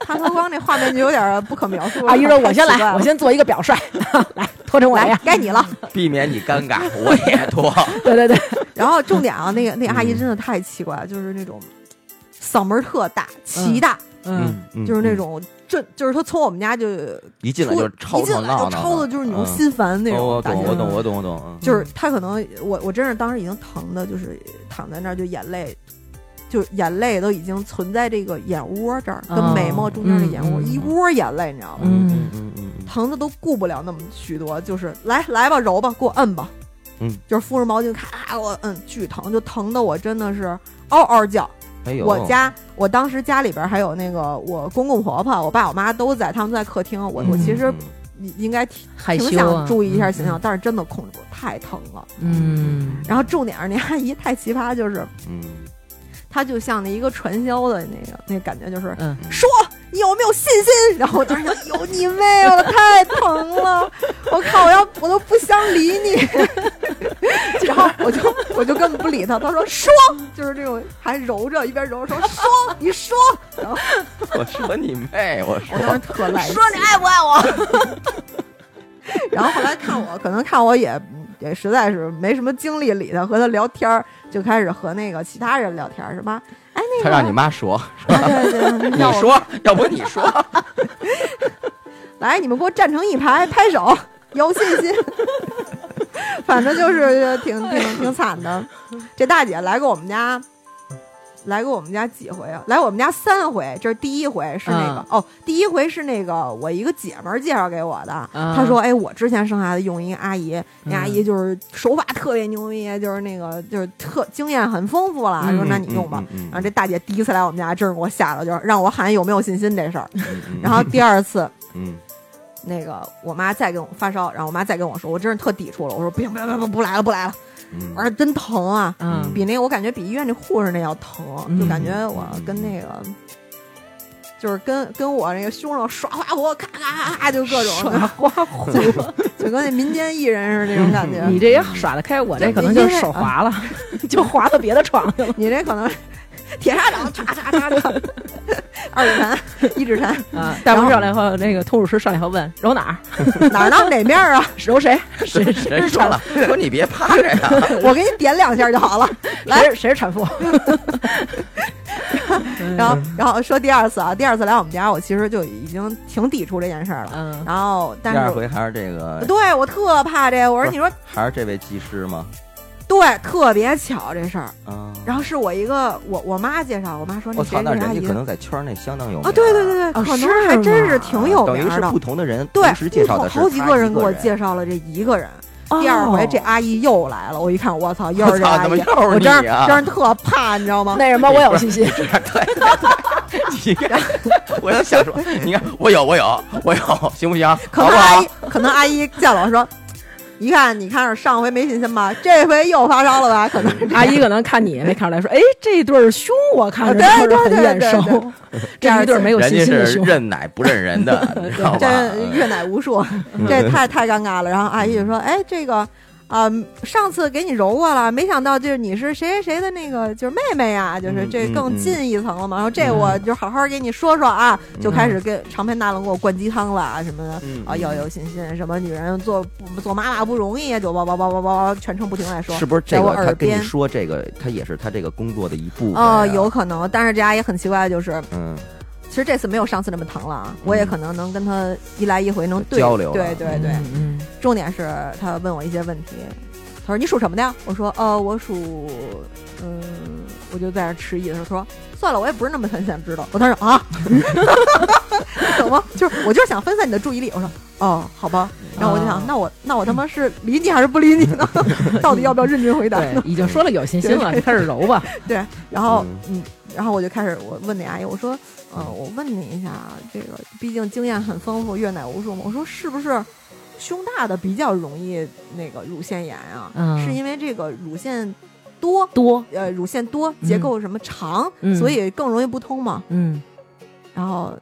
Speaker 3: 她脱光那画面就有点儿不可描述了。
Speaker 1: 阿姨说：“我先
Speaker 3: 太奇怪
Speaker 1: 来，
Speaker 3: 了
Speaker 1: 我先做一个表率， 来拖成我这
Speaker 3: 来
Speaker 1: 样。
Speaker 3: 该你 了。
Speaker 2: 嗯，避免你尴尬，我也 脱。”
Speaker 1: 对对对，
Speaker 3: 然后重点啊，那个那阿姨
Speaker 2: 嗯
Speaker 3: 真的太奇怪了，就是那种嗓门儿特大，奇大，
Speaker 1: 嗯，
Speaker 2: 嗯
Speaker 3: 就是那种这就是她从我们家就
Speaker 2: 一进来
Speaker 3: 出
Speaker 2: 就吵
Speaker 3: 一进
Speaker 2: 吵
Speaker 3: 来
Speaker 2: 闹
Speaker 3: 就
Speaker 2: 闹嗯
Speaker 3: 抄的，就是你用心烦那
Speaker 2: 哦我
Speaker 3: 种感
Speaker 2: 懂，
Speaker 3: 觉。嗯
Speaker 2: 我懂，我懂，啊我懂。
Speaker 1: 嗯
Speaker 3: 就是他可能我我真是当时已经疼的，就是躺在那儿就眼泪，就眼泪都已经存在这个眼窝这儿，跟
Speaker 1: 哦
Speaker 3: 眉毛中间的
Speaker 1: 嗯
Speaker 3: 眼窝、
Speaker 1: 嗯
Speaker 3: 一窝眼泪，你知道吗？
Speaker 2: 嗯嗯嗯嗯
Speaker 3: 疼的都顾不了那么许多，就是来来吧，揉吧，给我摁吧，
Speaker 2: 嗯，
Speaker 3: 就是敷着毛巾，咔，我摁，巨疼，就疼的我真的是嗷嗷叫。
Speaker 2: 哎呦，
Speaker 3: 我家我当时家里边还有那个我公公婆婆，我爸我妈都在，他们都在客厅，我我其实应应该挺
Speaker 1: 嗯害
Speaker 3: 挺
Speaker 1: 羞啊
Speaker 3: 想，注意一下形象，但是真的控制不住，太疼了。
Speaker 1: 嗯，
Speaker 3: 然后重点是那阿姨太奇葩，就是
Speaker 2: 嗯，
Speaker 3: 她就像那一个传销的那个那感觉，就是
Speaker 1: 嗯
Speaker 3: 说你有没有信心？然后我当时想，有你妹了，太疼了！我靠，我要我都不想理你。 然后我就我就根本不理她，她说说，就是这种还揉着一边揉着说说你说，
Speaker 2: 我说你妹，我
Speaker 3: 我当时
Speaker 2: 说，
Speaker 3: 特来气。
Speaker 1: 你爱不爱我？
Speaker 3: 然后后来看我，可能看我也也实在是没什么精力理她，和她聊天儿，就开始和那个其他人聊天儿，什么哎那
Speaker 2: 他
Speaker 3: 个
Speaker 2: 让你妈说，
Speaker 3: 对对
Speaker 2: 你
Speaker 3: 对，哎让我
Speaker 2: 说，要不你说，
Speaker 3: 来，你们给我站成一排，拍手，有信心。反正就是挺
Speaker 1: 哎
Speaker 3: 挺挺惨的。这大姐来过我们家，来过我们家几回啊？来我们家三回，这是第一回是那个、
Speaker 1: 嗯
Speaker 3: 哦，第一回是那个我一个姐们儿介绍给我的，
Speaker 1: 啊
Speaker 3: 她说哎，我之前生孩子用一个阿姨，那阿
Speaker 1: 嗯
Speaker 3: 姨就是手法特别牛逼，就是那个就是特经验很丰富了，
Speaker 1: 嗯
Speaker 3: 说那你用吧。
Speaker 2: 嗯
Speaker 3: 然后这大姐第一次来我们家，真是给我吓的，就是让我喊有没有信心这事儿。然后第二次。
Speaker 2: 嗯
Speaker 3: 那个我妈再跟我发烧，然后我妈再跟我说，我真是特抵触了。我说不行，不行，不行，不来了，不来了。
Speaker 2: 嗯，
Speaker 3: 我说真疼啊，
Speaker 1: 嗯
Speaker 3: 比那我感觉比医院那护士那要疼，啊
Speaker 1: 嗯
Speaker 3: 就感觉我跟那个。就是跟跟我那个胸上刷花火，咔咔咔咔，就各种
Speaker 1: 耍花虎，
Speaker 3: 就跟那民间艺人似的那种感觉。
Speaker 1: 嗯你这也耍得开，我这可能就是手滑了，就滑到别的床去了
Speaker 3: 你这可能是铁砂掌，嚓嚓嚓嚓，二指禅、一指禅，
Speaker 1: 啊。大夫上来后，那个通乳师上来后问揉哪儿，
Speaker 3: 哪儿呢？哪面儿啊？
Speaker 1: 揉谁，谁 谁
Speaker 2: 谁
Speaker 1: 是
Speaker 2: 说
Speaker 1: 产
Speaker 2: 了？说你别趴着呀，
Speaker 3: 我给你点两下就好了。来
Speaker 1: 谁是谁是产妇？
Speaker 3: 然后，然后说第二次啊，第二次来我们家，我其实就已经挺抵触这件事儿了。
Speaker 1: 嗯，
Speaker 3: 然后，
Speaker 2: 第
Speaker 3: 但
Speaker 2: 二
Speaker 3: 是
Speaker 2: 回还是这个，
Speaker 3: 对我特怕这，我
Speaker 2: 不是
Speaker 3: 说你说
Speaker 2: 还是这位技师吗？
Speaker 3: 对，特别巧这事儿。
Speaker 2: 啊，
Speaker 3: 然后是我一个我我妈介绍，我妈说那
Speaker 2: 我
Speaker 3: 谁
Speaker 2: 操，
Speaker 3: 那
Speaker 2: 那
Speaker 3: 是阿
Speaker 2: 人
Speaker 3: 姨
Speaker 2: 家可能在圈内相当有名
Speaker 3: 啊，对对对对，
Speaker 1: 啊
Speaker 3: 可能
Speaker 1: 是
Speaker 3: 还真
Speaker 1: 吗
Speaker 3: 是挺有
Speaker 2: 等
Speaker 3: 名
Speaker 2: 于
Speaker 3: 儿
Speaker 2: 是
Speaker 3: 的
Speaker 2: 不。同的人
Speaker 3: 对
Speaker 2: 同时介，绍
Speaker 3: 不
Speaker 2: 的
Speaker 3: 同
Speaker 2: 是
Speaker 3: 好
Speaker 2: 他
Speaker 3: 几
Speaker 2: 一
Speaker 3: 个人给我
Speaker 2: 人哦
Speaker 3: 介绍了这一个人。第二回这阿姨又来了，我一看，我操，又是
Speaker 2: 我
Speaker 3: 这
Speaker 2: 操
Speaker 3: 阿
Speaker 2: 怎么
Speaker 3: 姨，
Speaker 2: 又是
Speaker 3: 我真
Speaker 2: 你啊
Speaker 3: 真是特怕，你知道吗？
Speaker 1: 那什么，我有信心。
Speaker 2: 对对对， 你看， 我就想说，你看我有我有我有，行不行？
Speaker 3: 可
Speaker 2: 好不
Speaker 3: 能阿姨
Speaker 2: 好？
Speaker 3: 可能阿姨见了我说，一看你看着上回没信心吧，这回又发烧了 吧？可能是
Speaker 1: 阿姨可能看你也没看出来，说：“哎，这对儿胸我看着
Speaker 3: 啊
Speaker 1: 是不是
Speaker 3: 对
Speaker 1: 很
Speaker 3: 对对
Speaker 1: 眼
Speaker 3: 对对
Speaker 1: 熟？这一对儿没有
Speaker 2: 人
Speaker 1: 信
Speaker 2: 家
Speaker 1: 心的
Speaker 2: 是
Speaker 1: 胸。”
Speaker 2: 认奶不认人 的，你知道吧？嗯
Speaker 3: 这阅奶无数，这太太尴尬了。然后阿姨就说：“哎，这个。”啊、上次给你揉过了，没想到就是你是谁谁谁的那个就是妹妹呀、就是
Speaker 2: 嗯
Speaker 3: 这
Speaker 2: 嗯嗯
Speaker 3: 更近一层了嘛。然后这
Speaker 2: 嗯
Speaker 3: 我就好好给你说说啊，就
Speaker 2: 嗯
Speaker 3: 开始跟长篇大论给我灌鸡汤了啊什么的。
Speaker 2: 嗯
Speaker 3: 啊，要有信心，什么女人做不做妈妈不容易，就叭叭叭叭叭叭，全程不停地在说。
Speaker 2: 是不是这
Speaker 3: 在我
Speaker 2: 个
Speaker 3: 耳
Speaker 2: 他跟你
Speaker 3: 边
Speaker 2: 说这个，他也是他这个工作的一部分
Speaker 3: 哦、
Speaker 2: 呀
Speaker 3: 有可能，但是这阿姨很奇怪，就是
Speaker 2: 嗯
Speaker 3: 其实这次没有上次那么疼了啊，我也可能能跟她一来一回能对
Speaker 2: 交流了
Speaker 3: 对对对，
Speaker 1: 嗯，
Speaker 3: 重点是她问我一些问题，她说你属什么的呀？我说呃我属嗯，我就在那迟疑的时候，她说算了，我也不是那么很想知道。我当时啊， 你懂吗？就是我就是想分散你的注意力。我说哦，好吧。然后我就想，
Speaker 1: 哦
Speaker 3: 那我那我他妈是理你还是不理你呢？ 到底要不要认真回答呢？
Speaker 1: 对，已经说了有信心了，
Speaker 3: 对
Speaker 1: 你开始揉吧。
Speaker 3: 对，然后嗯，然后我就开始我问那阿姨，我说，呃，我问你一下，啊，这个毕竟经验很丰富，阅奶无数嘛，我说是不是胸大的比较容易那个乳腺炎啊？
Speaker 1: 嗯
Speaker 3: 是因为这个乳腺多，
Speaker 1: 多，
Speaker 3: 呃，乳腺多，结构什么长，
Speaker 1: 嗯
Speaker 3: 所以更容易不通嘛？
Speaker 1: 嗯，
Speaker 3: 然后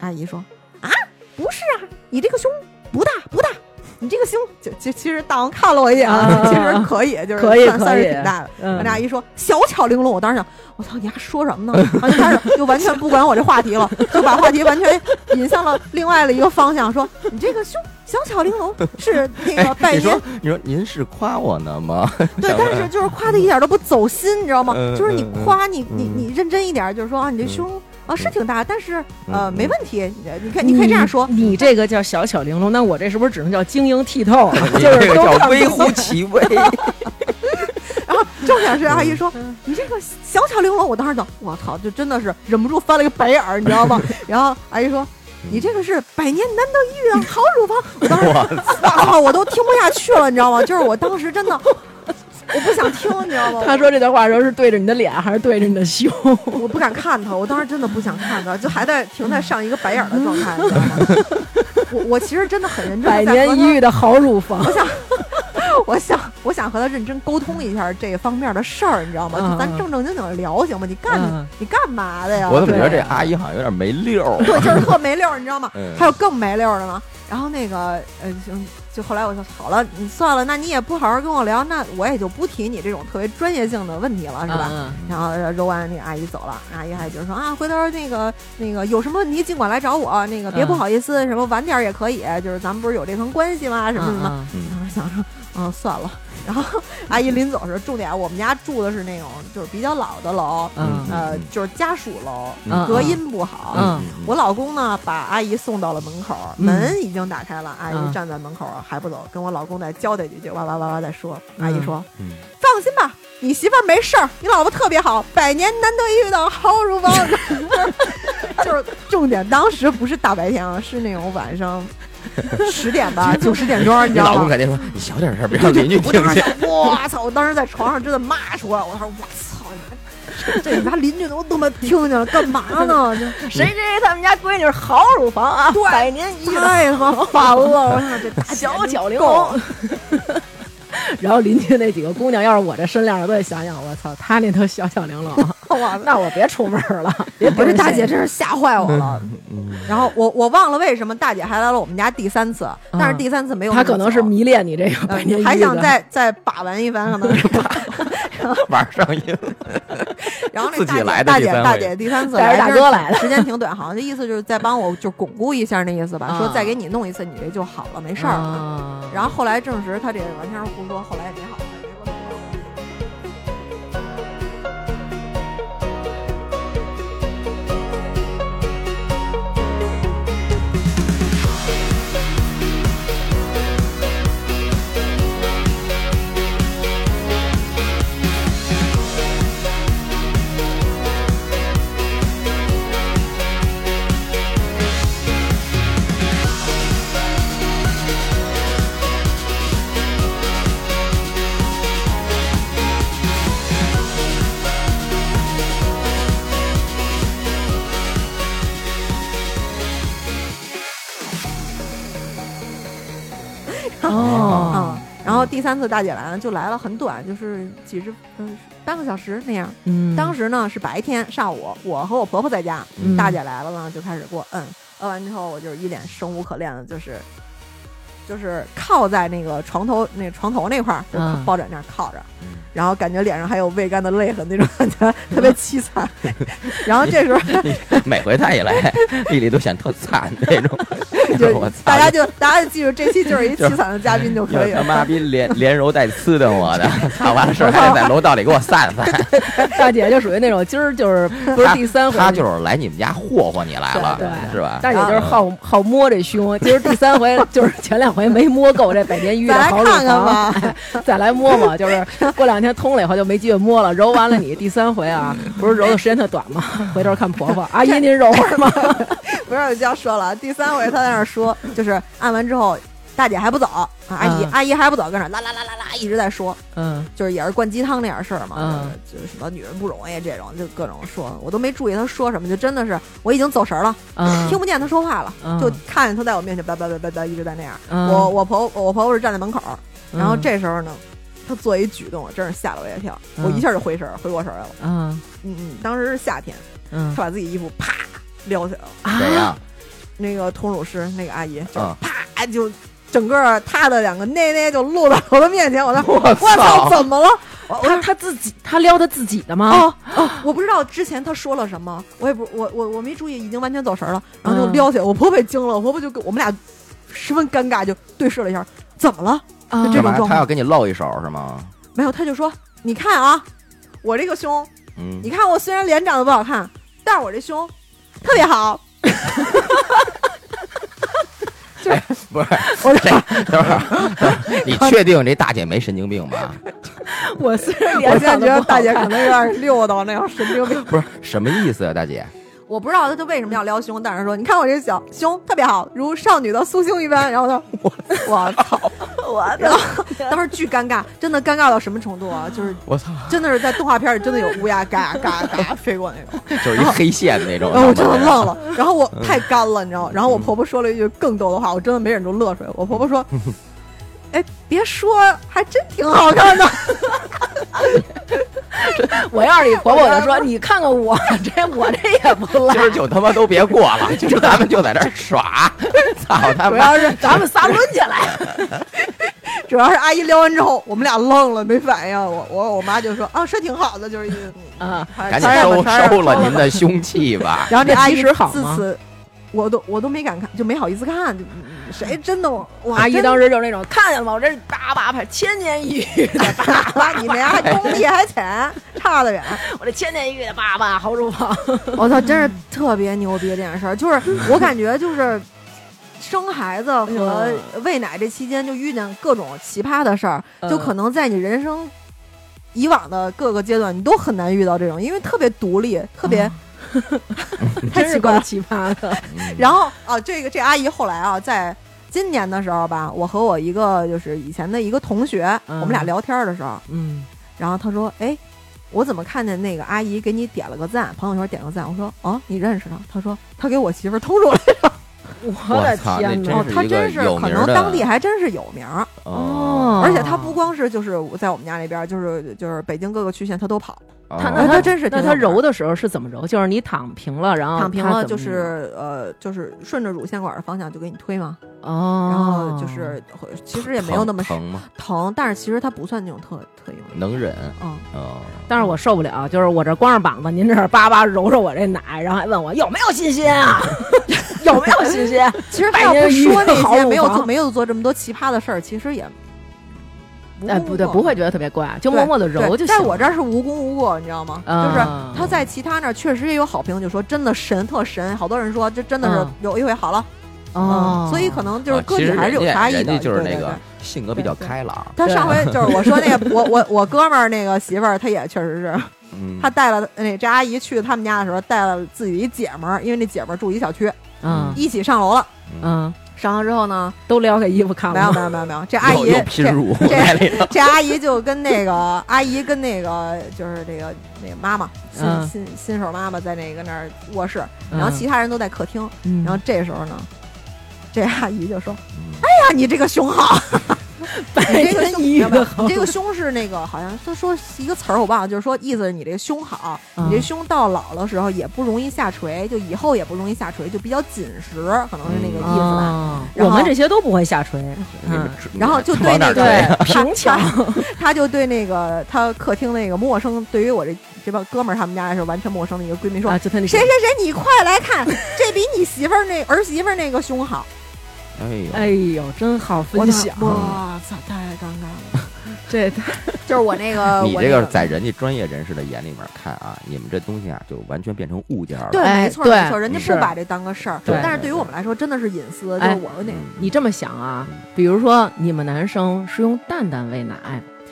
Speaker 3: 阿姨说，啊，不是啊，你这个胸不大不大。你这个胸，就就其实大王看了我一眼，
Speaker 1: 啊
Speaker 3: 其实可以，就是
Speaker 1: 可以
Speaker 3: 算算
Speaker 1: 可
Speaker 3: 是
Speaker 1: 以
Speaker 3: 挺大的。
Speaker 1: 嗯
Speaker 3: 我那阿姨说小巧玲珑，我当时想，我操，你还说什么呢？ 然后就开始就完全不管我这话题了，就把话题完全引向了另外的一个方向，说你这个胸小巧玲珑是那个拜
Speaker 2: 哎你
Speaker 3: 年
Speaker 2: 说，你说您是夸我呢 吗？
Speaker 3: 对，但是就是夸的一点都不走心，你知道吗？
Speaker 2: 啊嗯
Speaker 3: 就是你
Speaker 2: 嗯嗯
Speaker 3: 夸你你
Speaker 2: 嗯
Speaker 3: 你认真一点，就是说啊，你这胸啊是挺大，但是呃
Speaker 2: 嗯嗯
Speaker 3: 没问题，你可以你可以这样说，
Speaker 1: 你你这个叫小巧玲珑，那我这是不是只能叫晶莹剔透啊？
Speaker 2: 你
Speaker 1: 就
Speaker 2: 这
Speaker 1: 是
Speaker 2: 个
Speaker 1: 都
Speaker 2: 叫
Speaker 1: 看不
Speaker 2: 微
Speaker 1: 清
Speaker 2: 乎其微，
Speaker 3: 然后 重点是阿
Speaker 1: 嗯
Speaker 3: 姨说：“你这个小巧玲珑。”我当时就，我操，就真的是忍不住翻了个白眼儿，你 知道吗？然后阿姨说：“你这个是百年难得一遇
Speaker 1: 嗯
Speaker 3: 的好乳房。”我 当时，哇， 我都听不下去了，你知道吗？就是我当时真的，我不想听，你知道吗？
Speaker 1: 他说这段话的时候是对着你的脸还是对着你的胸？
Speaker 3: 我不敢看他，我当时真的不想看他，就还在停在上一个白眼儿的状态，你知道吗？ 我我其实真的很认真，
Speaker 1: 百年一遇的好乳房
Speaker 3: 我，想， 我想，我想和他认真沟通一下这方面的事儿，你知道吗？
Speaker 1: 嗯
Speaker 3: 就咱
Speaker 1: 嗯
Speaker 3: 正正经经地聊行吗？你干、
Speaker 1: 嗯
Speaker 3: 你干嘛的呀？
Speaker 2: 我怎么觉得
Speaker 1: 对
Speaker 2: 这阿姨好像有点没溜儿？
Speaker 3: 对，就是特没溜儿，你知道吗？
Speaker 2: 嗯
Speaker 3: 还有更没溜儿的呢。然后那个，呃，就就后来我说好了，你算了，那你也不好好跟我聊，那我也就不提你这种特别专业性的问题了，是吧？
Speaker 1: 嗯
Speaker 3: 然后呃揉完那个阿姨走了，阿姨还就是说啊，回头那个那个有什么问题尽管来找我，那个别
Speaker 1: 嗯
Speaker 3: 不好意思，什么晚点儿也可以，就是咱们不是有这层关系吗？什么什么的。
Speaker 1: 嗯
Speaker 2: 嗯
Speaker 3: 当时想着，嗯，算了。然后阿姨临走的时候，重点啊我们家住的是那种就是比较老的楼，
Speaker 1: 嗯嗯
Speaker 3: 呃，就是家属楼，
Speaker 1: 嗯
Speaker 3: 隔音不好。
Speaker 1: 嗯
Speaker 3: 我老公呢，把阿姨送到了门口，
Speaker 1: 嗯
Speaker 3: 门已经打开了，阿姨
Speaker 1: 嗯
Speaker 3: 站在门口还不走，跟我老公在交代几句，哇哇哇哇在说。阿姨
Speaker 1: 嗯
Speaker 3: 说：“
Speaker 2: 嗯
Speaker 3: 放心吧，你媳妇儿没事儿，你老婆特别好，百年难得一遇的好 乳房。”就是重点，当时不是大白天啊，是那种晚上十 点吧，九十点钟，你知
Speaker 2: 你
Speaker 3: 道
Speaker 2: 老公
Speaker 3: 吗？
Speaker 2: 肯定说你小点声儿，别让邻居
Speaker 3: 我
Speaker 2: 听
Speaker 3: 当时
Speaker 2: 见。
Speaker 3: 想，我操！我当时在床上真的骂出来，我说我操你妈！这你们家邻居都他妈听见了，干嘛 呢？就
Speaker 1: 谁谁谁他们家闺女好乳房啊，百年一遇的
Speaker 3: 太 他妈烦了！我想这大姐
Speaker 1: 小 巧玲
Speaker 3: 够
Speaker 1: 珑。然后邻居那几个姑娘，要是我这身量，都得想想，我操，她那都小巧玲珑，
Speaker 3: 了，
Speaker 1: 那我别出门了。别
Speaker 3: 我
Speaker 1: 不
Speaker 3: 这大姐真是吓坏我了。
Speaker 2: 嗯
Speaker 3: 然后我我忘了为什么大姐还来了我们家第三次，但是第三次没有
Speaker 1: 嗯
Speaker 3: 那
Speaker 1: 她
Speaker 3: 么久，
Speaker 1: 可能是迷恋你这个百年一遇
Speaker 3: 嗯
Speaker 1: 的
Speaker 3: 还想再再把玩一番，可能是。
Speaker 2: 玩上瘾，
Speaker 3: 然后那
Speaker 2: 自己
Speaker 3: 大姐
Speaker 2: 来的
Speaker 3: 大
Speaker 2: 第
Speaker 3: 姐
Speaker 2: 三
Speaker 3: 大
Speaker 2: 回
Speaker 3: 姐第三次
Speaker 1: 带着大
Speaker 3: 就是
Speaker 1: 哥来的
Speaker 3: 时间挺短，好像这意思就是再帮我就巩固一下那意思吧，说
Speaker 1: 啊
Speaker 3: 再给你弄一次，你这就好了，没事儿了。
Speaker 1: 啊
Speaker 3: 然后后来证实他这完全是胡说，后来也没好。
Speaker 1: 哦，
Speaker 3: 嗯，然后第三次大姐来了，就来了很短，就是几十嗯半个小时那样。
Speaker 1: 嗯
Speaker 3: 当时呢是白天上午，我和我婆婆在家，
Speaker 1: 嗯
Speaker 3: 大姐来了呢就开始给我摁，摁完之后我就是一脸生无可恋的，就是就是靠在那个床头那床头那块儿，就
Speaker 1: 嗯
Speaker 3: 抱枕那儿靠着。
Speaker 2: 嗯
Speaker 3: 然后感觉脸上还有未干的泪痕，那种感觉 特
Speaker 1: 嗯
Speaker 3: 别凄惨。 然后这时候。
Speaker 2: 每回他一来， 丽丽都显特惨那种
Speaker 3: 就
Speaker 2: 我操！
Speaker 3: 大家就大家就记住，这期就是一凄惨的嘉宾就可以
Speaker 2: 有他妈
Speaker 3: 了。
Speaker 2: 逼连连揉带呲的我 的，操完了事儿还得在楼道里给我散散。
Speaker 1: 大姐就属于那种今儿就是不是第三回，
Speaker 2: 他就是来你们家霍霍你来了
Speaker 1: 对对，
Speaker 2: 是吧？
Speaker 1: 大姐就是好好摸这胸，今儿第三回就是前两回没摸够这百年一遇的
Speaker 3: 再来
Speaker 1: 好乳
Speaker 3: 看看
Speaker 1: 房，
Speaker 3: 吧，
Speaker 1: 再来摸摸，就是过两天通了以后就没机会摸了。揉完了你第三回啊，不是揉的时间特短吗？回头看婆婆，阿姨您揉会儿吗？
Speaker 3: 不要这样说了。啊第三回他在那儿说，就是按完之后，大姐还不走啊，阿姨、
Speaker 1: 嗯
Speaker 3: 阿姨还不走，跟那儿啦啦啦啦啦一直在说，
Speaker 1: 嗯
Speaker 3: 就是也是灌鸡汤那点事儿嘛，
Speaker 1: 嗯
Speaker 3: 就是什么女人不容易这种，就各种说，我都没注意他说什么，就真的是我已经走神儿了，
Speaker 1: 嗯，
Speaker 3: 听不见他说话了，
Speaker 1: 嗯
Speaker 3: 就看见他在我面前叭叭叭叭叭一直在那样。
Speaker 1: 嗯
Speaker 3: 我我婆我婆婆是站在门口儿，然后
Speaker 1: 嗯
Speaker 3: 这时候呢，她做一举动，真是吓了我一跳，
Speaker 1: 嗯
Speaker 3: 我一下就回神儿回过神儿来了。
Speaker 1: 嗯
Speaker 3: 嗯嗯，当时是夏天，
Speaker 1: 嗯啊
Speaker 3: 她把自己衣服啪撩起来了，
Speaker 2: 怎样？
Speaker 3: 那个通乳师那个阿姨就
Speaker 2: 嗯
Speaker 3: 啪就。整个她的两个内内就露到我的面前，我在
Speaker 2: 我
Speaker 3: 我操，
Speaker 2: 操！
Speaker 3: 怎么了？
Speaker 1: 他他自己他撩他自己的吗？
Speaker 3: 哦哦，我不知道之前她说了什么，我也不，我我我没注意，已经完全走神儿了，然后就
Speaker 1: 嗯
Speaker 3: 撩起来，我婆婆也惊了，我婆婆就跟我们俩十分尴尬，就对视了一下，怎么了？
Speaker 1: 啊
Speaker 3: 这种状况
Speaker 2: 嗯他要给你露一手是吗？
Speaker 3: 没有，她就说，你看啊，我这个胸
Speaker 2: 嗯
Speaker 3: 你，看我虽然脸长得不好看，但是我这胸特别好。
Speaker 2: 不是，这等会儿， 你确定这大姐没神经病吧？
Speaker 1: 我虽然
Speaker 3: 我
Speaker 1: 脸
Speaker 3: 现在
Speaker 1: 长
Speaker 3: 觉
Speaker 1: 得不
Speaker 3: 得
Speaker 1: 好
Speaker 3: 大姐可
Speaker 1: 看
Speaker 3: 能有点溜达那样神经病。
Speaker 2: 不是什么意思啊，大姐？
Speaker 3: 我不知道她她为什么要撩胸，但是说你看我这小胸特别好，如少女的酥胸一般。然后她，我我操，我操！当时巨尴尬，真的尴尬到什么程度啊？就是
Speaker 2: 我操，
Speaker 3: 真的是在动画片里真的有乌鸦嘎嘎嘎飞过那种。
Speaker 2: 就是一黑线哦那种。
Speaker 3: 然哦后我真的愣了，然后我太干了，你知道吗？然后我婆婆说了一句更逗的话，我真的没忍住乐出来。我婆婆说：“哎，别说，还真挺好看的。
Speaker 1: 我要是你婆婆，我就说你看看我这我这也不赖
Speaker 2: 今。儿就他妈都别过了，今儿咱们就在这儿耍，操他
Speaker 1: 主
Speaker 2: 妈！
Speaker 1: 要是咱们仨抡起来，”
Speaker 3: 主要是阿姨撩完之后，我们俩愣了，没反应。我我我妈就说：“啊，是挺好的，就是一嗯
Speaker 1: 啊
Speaker 3: 还
Speaker 2: 赶紧
Speaker 3: 传染吧
Speaker 2: 收
Speaker 3: 传染吧
Speaker 2: 收了您的凶器吧。
Speaker 3: 然后那
Speaker 1: 那
Speaker 3: 阿
Speaker 1: 其
Speaker 3: 姨
Speaker 1: 实好
Speaker 3: 自
Speaker 1: 吗
Speaker 3: 此，我都我都没敢看，就没好意思看。就嗯谁真的我我
Speaker 1: 阿姨
Speaker 3: 真
Speaker 1: 当时就是那种看见了吗？我这是叭叭拍，千年一 遇的叭叭，
Speaker 3: 把你们家功力还浅，差得远。
Speaker 1: 我这千年一遇的叭叭好乳房。
Speaker 3: 我操，真是特别牛逼这件事儿，就是我感觉就是生孩
Speaker 1: 哎
Speaker 3: 子和喂奶这期间就遇见各种奇葩的事儿，
Speaker 1: 嗯
Speaker 3: 就可能在你人生以往的各个阶段，你都很难遇到这种，因为特别独立，特别、 太
Speaker 1: 真
Speaker 3: 奇
Speaker 1: 是
Speaker 3: 怪
Speaker 1: 够
Speaker 3: 了。
Speaker 1: 奇葩的。
Speaker 2: 嗯
Speaker 3: 然后啊，这个这阿姨后来啊，在今年的时候吧，我和我一个就是以前的一个同学，
Speaker 1: 嗯
Speaker 3: 我们俩聊天儿的时候，
Speaker 1: 嗯
Speaker 3: 然后他说：“哎，我怎么看见那个阿姨给你点了个赞，朋友圈点了个赞？”我说：“哦，你认识她？”他说：“她给我媳妇儿通出来了。
Speaker 1: 我
Speaker 2: 我
Speaker 1: 的
Speaker 2: 操，那
Speaker 1: 天
Speaker 2: 真
Speaker 1: 哪！
Speaker 3: 哦”
Speaker 2: 是
Speaker 3: 她
Speaker 2: 一个
Speaker 3: 真是
Speaker 2: 有
Speaker 3: 可
Speaker 2: 名
Speaker 3: 能
Speaker 2: 的
Speaker 3: 当地还真是有名儿，
Speaker 2: 哦，
Speaker 3: 而且她不光是就是我在我们家那边儿，就是就是北京各个区县她都跑，
Speaker 1: 他
Speaker 2: 哦
Speaker 1: 那
Speaker 3: 她
Speaker 1: 他
Speaker 3: 真是
Speaker 1: 那
Speaker 3: 挺
Speaker 1: 他
Speaker 3: 有名儿
Speaker 1: 揉的时候是怎么揉？就是你躺平了，然后
Speaker 3: 躺平
Speaker 1: 哦他
Speaker 3: 了，
Speaker 1: 怎么
Speaker 3: 就是呃就是顺着乳腺管儿的方向就给你推嘛，
Speaker 1: 哦，
Speaker 3: 然后就是会其实也没有那么
Speaker 2: 疼疼吗？
Speaker 3: 疼，但是其实它不算那种特特有名。
Speaker 2: 能忍。
Speaker 3: 嗯，
Speaker 2: 哦，
Speaker 1: 但是我受不了，就是我这光着膀子，您这儿叭叭揉揉我这奶，然后还问我有没有信心啊？有没有信心？
Speaker 3: 其实
Speaker 1: 百
Speaker 3: 她要不
Speaker 1: 年一遇
Speaker 3: 说
Speaker 1: 的
Speaker 3: 那
Speaker 1: 好
Speaker 3: 些
Speaker 1: 乳
Speaker 3: 没有做
Speaker 1: 房
Speaker 3: 没有做这么多奇葩的事儿，其实也无
Speaker 1: 哎，
Speaker 3: 功
Speaker 1: 不对，
Speaker 3: 无
Speaker 1: 不
Speaker 3: 过
Speaker 1: 会觉得特别怪，就
Speaker 3: 对
Speaker 1: 默默的揉就
Speaker 3: 对
Speaker 1: 行。
Speaker 3: 在我这儿是无功无过，你知道吗？就是
Speaker 1: 啊
Speaker 3: 他在其他那儿确实也有好评，就说真的神特神，好多人说这真的是
Speaker 1: 嗯
Speaker 3: 有一回好了，
Speaker 1: 哦
Speaker 3: 嗯，所以可能就是
Speaker 2: 啊
Speaker 3: 个
Speaker 2: 其
Speaker 3: 体
Speaker 2: 实
Speaker 3: 还是有
Speaker 2: 人家
Speaker 3: 差异的。
Speaker 2: 人家就是
Speaker 3: 对
Speaker 2: 那
Speaker 3: 对对
Speaker 2: 个性格比较
Speaker 1: 对对
Speaker 2: 开朗。
Speaker 3: 他上 回就是我说那个我我我哥们儿那个媳妇儿，她也确实是，
Speaker 2: 嗯
Speaker 3: 她带了那这阿姨去他们家的时候带了自己一姐们儿，因为那姐们儿住一小区，
Speaker 1: 嗯
Speaker 3: 一起上楼了。
Speaker 1: 嗯，
Speaker 3: 上楼之后呢，
Speaker 1: 都撩开衣服看
Speaker 3: 没有
Speaker 1: 了吗。
Speaker 3: 没有没有没有，这阿
Speaker 2: 又
Speaker 3: 姨
Speaker 2: 又拼
Speaker 3: 这
Speaker 2: 乳
Speaker 3: 这
Speaker 2: 在里 头。
Speaker 3: 这阿姨就跟那个阿姨跟那个就是这个那个妈妈新、
Speaker 1: 嗯
Speaker 3: 新新手妈妈在那个那儿卧室，
Speaker 1: 嗯
Speaker 3: 然后其他人都在客厅，
Speaker 1: 嗯
Speaker 3: 然后这时候呢，这阿姨就说：“
Speaker 2: 嗯
Speaker 3: 哎呀，你这个熊好。”
Speaker 1: 白
Speaker 3: 你这个
Speaker 1: 人
Speaker 3: 胸，
Speaker 1: 抑郁
Speaker 3: 明白
Speaker 1: 的
Speaker 3: 吧你这个胸是那个，好像他说一个词儿我忘了，就是说意思是你这个胸好，
Speaker 1: 嗯
Speaker 3: 你这胸到老的时候也不容易下垂，就以后也不容易下垂，就比较紧实，可能是那个意思吧。
Speaker 1: 啊，
Speaker 3: 然
Speaker 1: 我
Speaker 3: 后
Speaker 1: 们这些都不会下垂，
Speaker 2: 你们
Speaker 1: 嗯，
Speaker 2: 吃
Speaker 3: 然后就对
Speaker 2: 往哪
Speaker 3: 那
Speaker 2: 儿
Speaker 3: 个
Speaker 2: 推
Speaker 1: 对
Speaker 2: 啊
Speaker 1: 平翘，
Speaker 3: 他就对那个他客厅那个陌生，对于我这这帮哥们儿他们家来说完全陌生的一个闺蜜说
Speaker 1: 啊，：“就他那
Speaker 3: 谁谁谁，你快来看，这比你媳妇儿那儿媳妇儿那个胸好。”
Speaker 2: 哎呦，
Speaker 1: 哎呦，真好
Speaker 3: 我
Speaker 1: 分享，嗯
Speaker 3: 哇操，太尴尬了！
Speaker 1: 这
Speaker 3: 就是我那个，
Speaker 1: 呃
Speaker 2: 你
Speaker 3: 我
Speaker 2: 这
Speaker 3: 那
Speaker 2: 个在人家专业人士的眼里面看啊，你们这东西啊就完全变成物件了。
Speaker 3: 对，
Speaker 1: 哎
Speaker 3: 没错
Speaker 1: 对
Speaker 3: 没错，人家
Speaker 1: 是
Speaker 3: 不把这当个事儿。
Speaker 1: 对
Speaker 3: 但是对于我们来说，真的是隐私，就
Speaker 1: 哎
Speaker 3: 是我们那
Speaker 2: 嗯，
Speaker 1: 你这么想啊？比如说你们男生是用蛋蛋喂奶，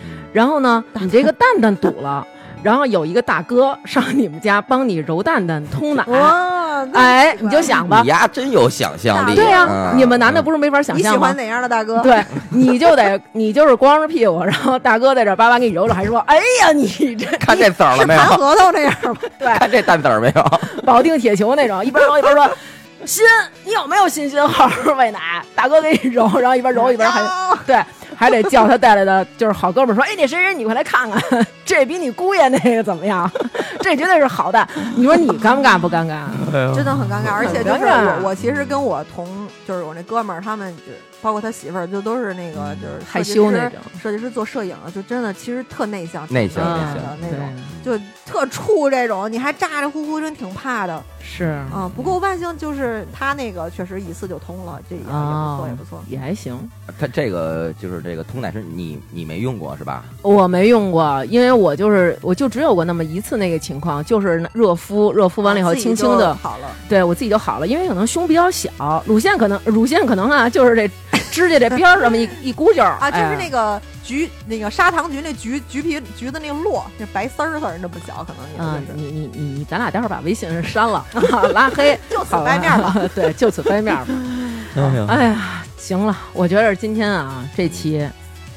Speaker 2: 嗯
Speaker 1: 然后呢，你这个蛋蛋堵了，然后有一个大哥上你们家帮你揉蛋蛋通 奶，
Speaker 3: 哇，那
Speaker 1: 哎，
Speaker 3: 奇
Speaker 1: 你
Speaker 3: 怪
Speaker 1: 就想吧
Speaker 2: 你，丫真有想象力。
Speaker 1: 对呀、
Speaker 2: 啊，
Speaker 1: 你们男的
Speaker 2: 嗯
Speaker 1: 不是没法想
Speaker 3: 你喜
Speaker 1: 象吗
Speaker 3: 欢？哪样的大哥？
Speaker 1: 对，你就得你就是光着屁股，然后大哥在这儿叭叭给你揉揉，还说：“哎呀，你这
Speaker 2: 看这籽儿了
Speaker 3: 是
Speaker 2: 没有
Speaker 3: 盘？核桃那样吗？
Speaker 2: 看这蛋籽儿没有？
Speaker 1: 保定铁球那种。”一边揉一 边说：“心，你有没有信心好好喂奶？”大哥给你揉，然后一边揉一边还
Speaker 3: 哦
Speaker 1: 对，还得叫他带来的就是好哥们儿说：“哎，那谁谁，你快来看看， 这比你姑爷那个怎么样？ 这绝对是好的。”你说你尴尬不尴 尬？
Speaker 2: 嗯
Speaker 3: 真的很尴尬，而且就是
Speaker 1: 很尴尬
Speaker 3: 我，我其实跟我同，就是我那哥们儿，他们就包括他媳妇儿，就都是那
Speaker 2: 嗯
Speaker 3: 个就是
Speaker 1: 害
Speaker 3: 设计
Speaker 1: 羞
Speaker 3: 师
Speaker 1: 那种，
Speaker 3: 设计师做摄影的，就真的其实特内向，
Speaker 2: 内向
Speaker 3: 挺
Speaker 2: 内
Speaker 1: 啊
Speaker 2: 向
Speaker 3: 的那
Speaker 1: 对
Speaker 3: 种，就特怵这种，你还咋咋呼呼，真挺怕的
Speaker 1: 是
Speaker 3: 啊。不过万幸就是他那个确实一次就通了，这也也不错，
Speaker 1: 哦
Speaker 3: 也不错。
Speaker 1: 也还行。
Speaker 2: 它这个就是这个通奶是你你没用过是吧？
Speaker 1: 我没用过，因为我就是我就只有过那么一次那个情况，就是热敷，热敷完了以后
Speaker 3: 自己
Speaker 1: 轻轻
Speaker 3: 就
Speaker 1: 的，
Speaker 3: 好了。
Speaker 1: 对我自己就好了，因为可能胸比较小，乳腺可能乳腺可能啊，就是 这指甲这边儿这么一一股劲儿哎
Speaker 3: 啊，就是那
Speaker 1: 个
Speaker 3: 个橘，那个砂糖橘，那橘橘皮橘子那个落，那白丝儿丝儿那么小，可能也
Speaker 1: 啊、
Speaker 3: 就是、
Speaker 1: 你你你你，咱俩待会儿把微信删了， 啊、拉 黑，
Speaker 3: 就此
Speaker 1: 好吧
Speaker 3: 掰面儿吧。，
Speaker 1: 对，就此掰面儿吧。
Speaker 2: 哎
Speaker 1: 哎呀，行了，我觉得今天啊这期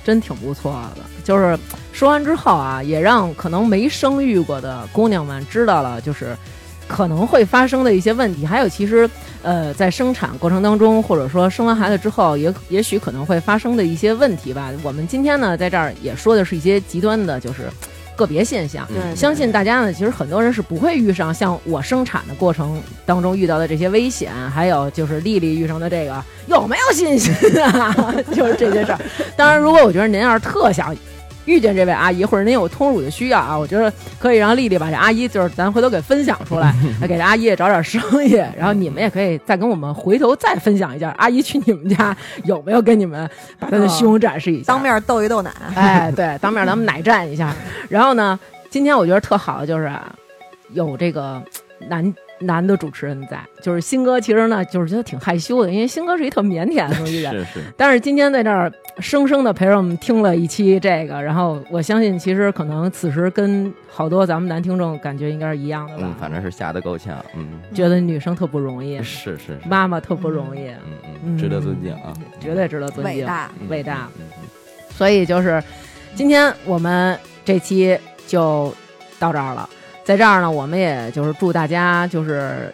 Speaker 1: 真挺不错的，就是说完之后啊，也让可能没生育过的姑娘们知道了，就是可能会发生的一些问题，还有其实呃在生产过程当中，或者说生完孩子之后，也也许可能会发生的一些问题吧。我们今天呢在这儿也说的是一些极端的，就是个别现象。
Speaker 3: 对
Speaker 2: 嗯
Speaker 3: 对
Speaker 1: 相信大家呢，其实很多人是不会遇上像我生产的过程当中遇到的这些危险，还有就是丽丽遇上的这个有没有信心啊？ 就是这些事儿。当然，如果我觉得您要是特想遇见这位阿姨，或者您有通乳的需要啊，我觉得可以让丽丽把这阿姨，就是咱回头给分享出来，给这阿姨也找点生意，然后你们也可以再跟我们回头再分享一下，阿姨去你们家有没有跟你们把她的胸展示一下？
Speaker 3: 当面斗一斗奶，
Speaker 1: 哎，对，当面咱们奶战一下。然后呢，今天我觉得特好的就是啊有这个嘖男男的主持人在，就是新哥，其实呢就是觉得挺害羞的，因为新哥是一特腼腆的东西人。
Speaker 2: 是是，
Speaker 1: 但是今天在这儿嘖生生的陪着我们听了一期这个，然后我相信其实可能此时跟好多咱们男听众感觉应该是一样的吧，
Speaker 2: 嗯，反正是吓得够呛，嗯，
Speaker 1: 觉得女生特不容易，
Speaker 2: 是是，是
Speaker 1: 妈妈特不容易，
Speaker 2: 嗯嗯，
Speaker 1: 嗯
Speaker 2: 值得尊敬啊，
Speaker 1: 绝对值得尊敬，
Speaker 3: 伟大。
Speaker 2: 嗯
Speaker 1: 伟大，
Speaker 2: 嗯嗯
Speaker 1: 所以就是今天我们这期就到这儿了，在这儿呢，我们也就是祝大家就是，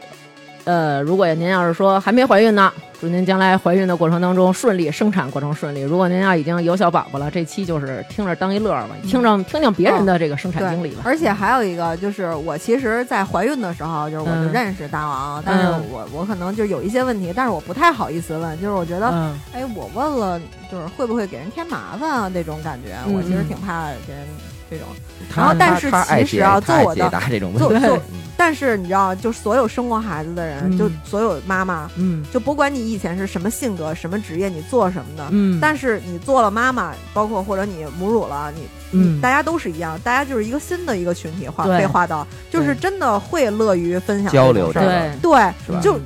Speaker 1: 呃，如果您要是说还没怀孕呢，祝您将来怀孕的过程当中顺利，生产过程顺利。如果您要已经有小宝宝了，这期就是听着当一乐儿吧，听着听听别人的这个生产经历吧。
Speaker 3: 而且还有一个就是，我其实，在怀孕的时候，就是我就
Speaker 1: 嗯
Speaker 3: 认识大王，但是我我可能就有一些问题，但是我不太好意思问，就是我觉得，
Speaker 1: 嗯，
Speaker 3: 哎，我问了，就是会不会给人添麻烦啊？那种感觉，
Speaker 1: 嗯
Speaker 3: 我其实挺怕给人这种。
Speaker 2: 他
Speaker 1: 然后
Speaker 3: 但是
Speaker 2: 他他爱
Speaker 3: 其实
Speaker 2: 解
Speaker 3: 啊
Speaker 2: 他爱
Speaker 3: 做我的
Speaker 2: 解答这种问
Speaker 3: 做
Speaker 2: 题，
Speaker 3: 做
Speaker 2: 嗯
Speaker 3: 但是你知道，就所有生过孩子的人，
Speaker 1: 嗯
Speaker 3: 就所有妈妈，
Speaker 1: 嗯
Speaker 3: 就不管你以前是什么性格、什么职业，你做什么的，
Speaker 1: 嗯，
Speaker 3: 但是你做了妈妈，包括或者你母乳了，你
Speaker 1: 嗯
Speaker 3: 大家都是一样，大家就是一个新的一个群体划
Speaker 1: 对
Speaker 3: 被划到，就是真的会乐于分享
Speaker 2: 交流
Speaker 3: 这种事
Speaker 2: 这
Speaker 3: 儿
Speaker 1: 对
Speaker 2: 个
Speaker 3: 对，
Speaker 2: 是吧？
Speaker 3: 就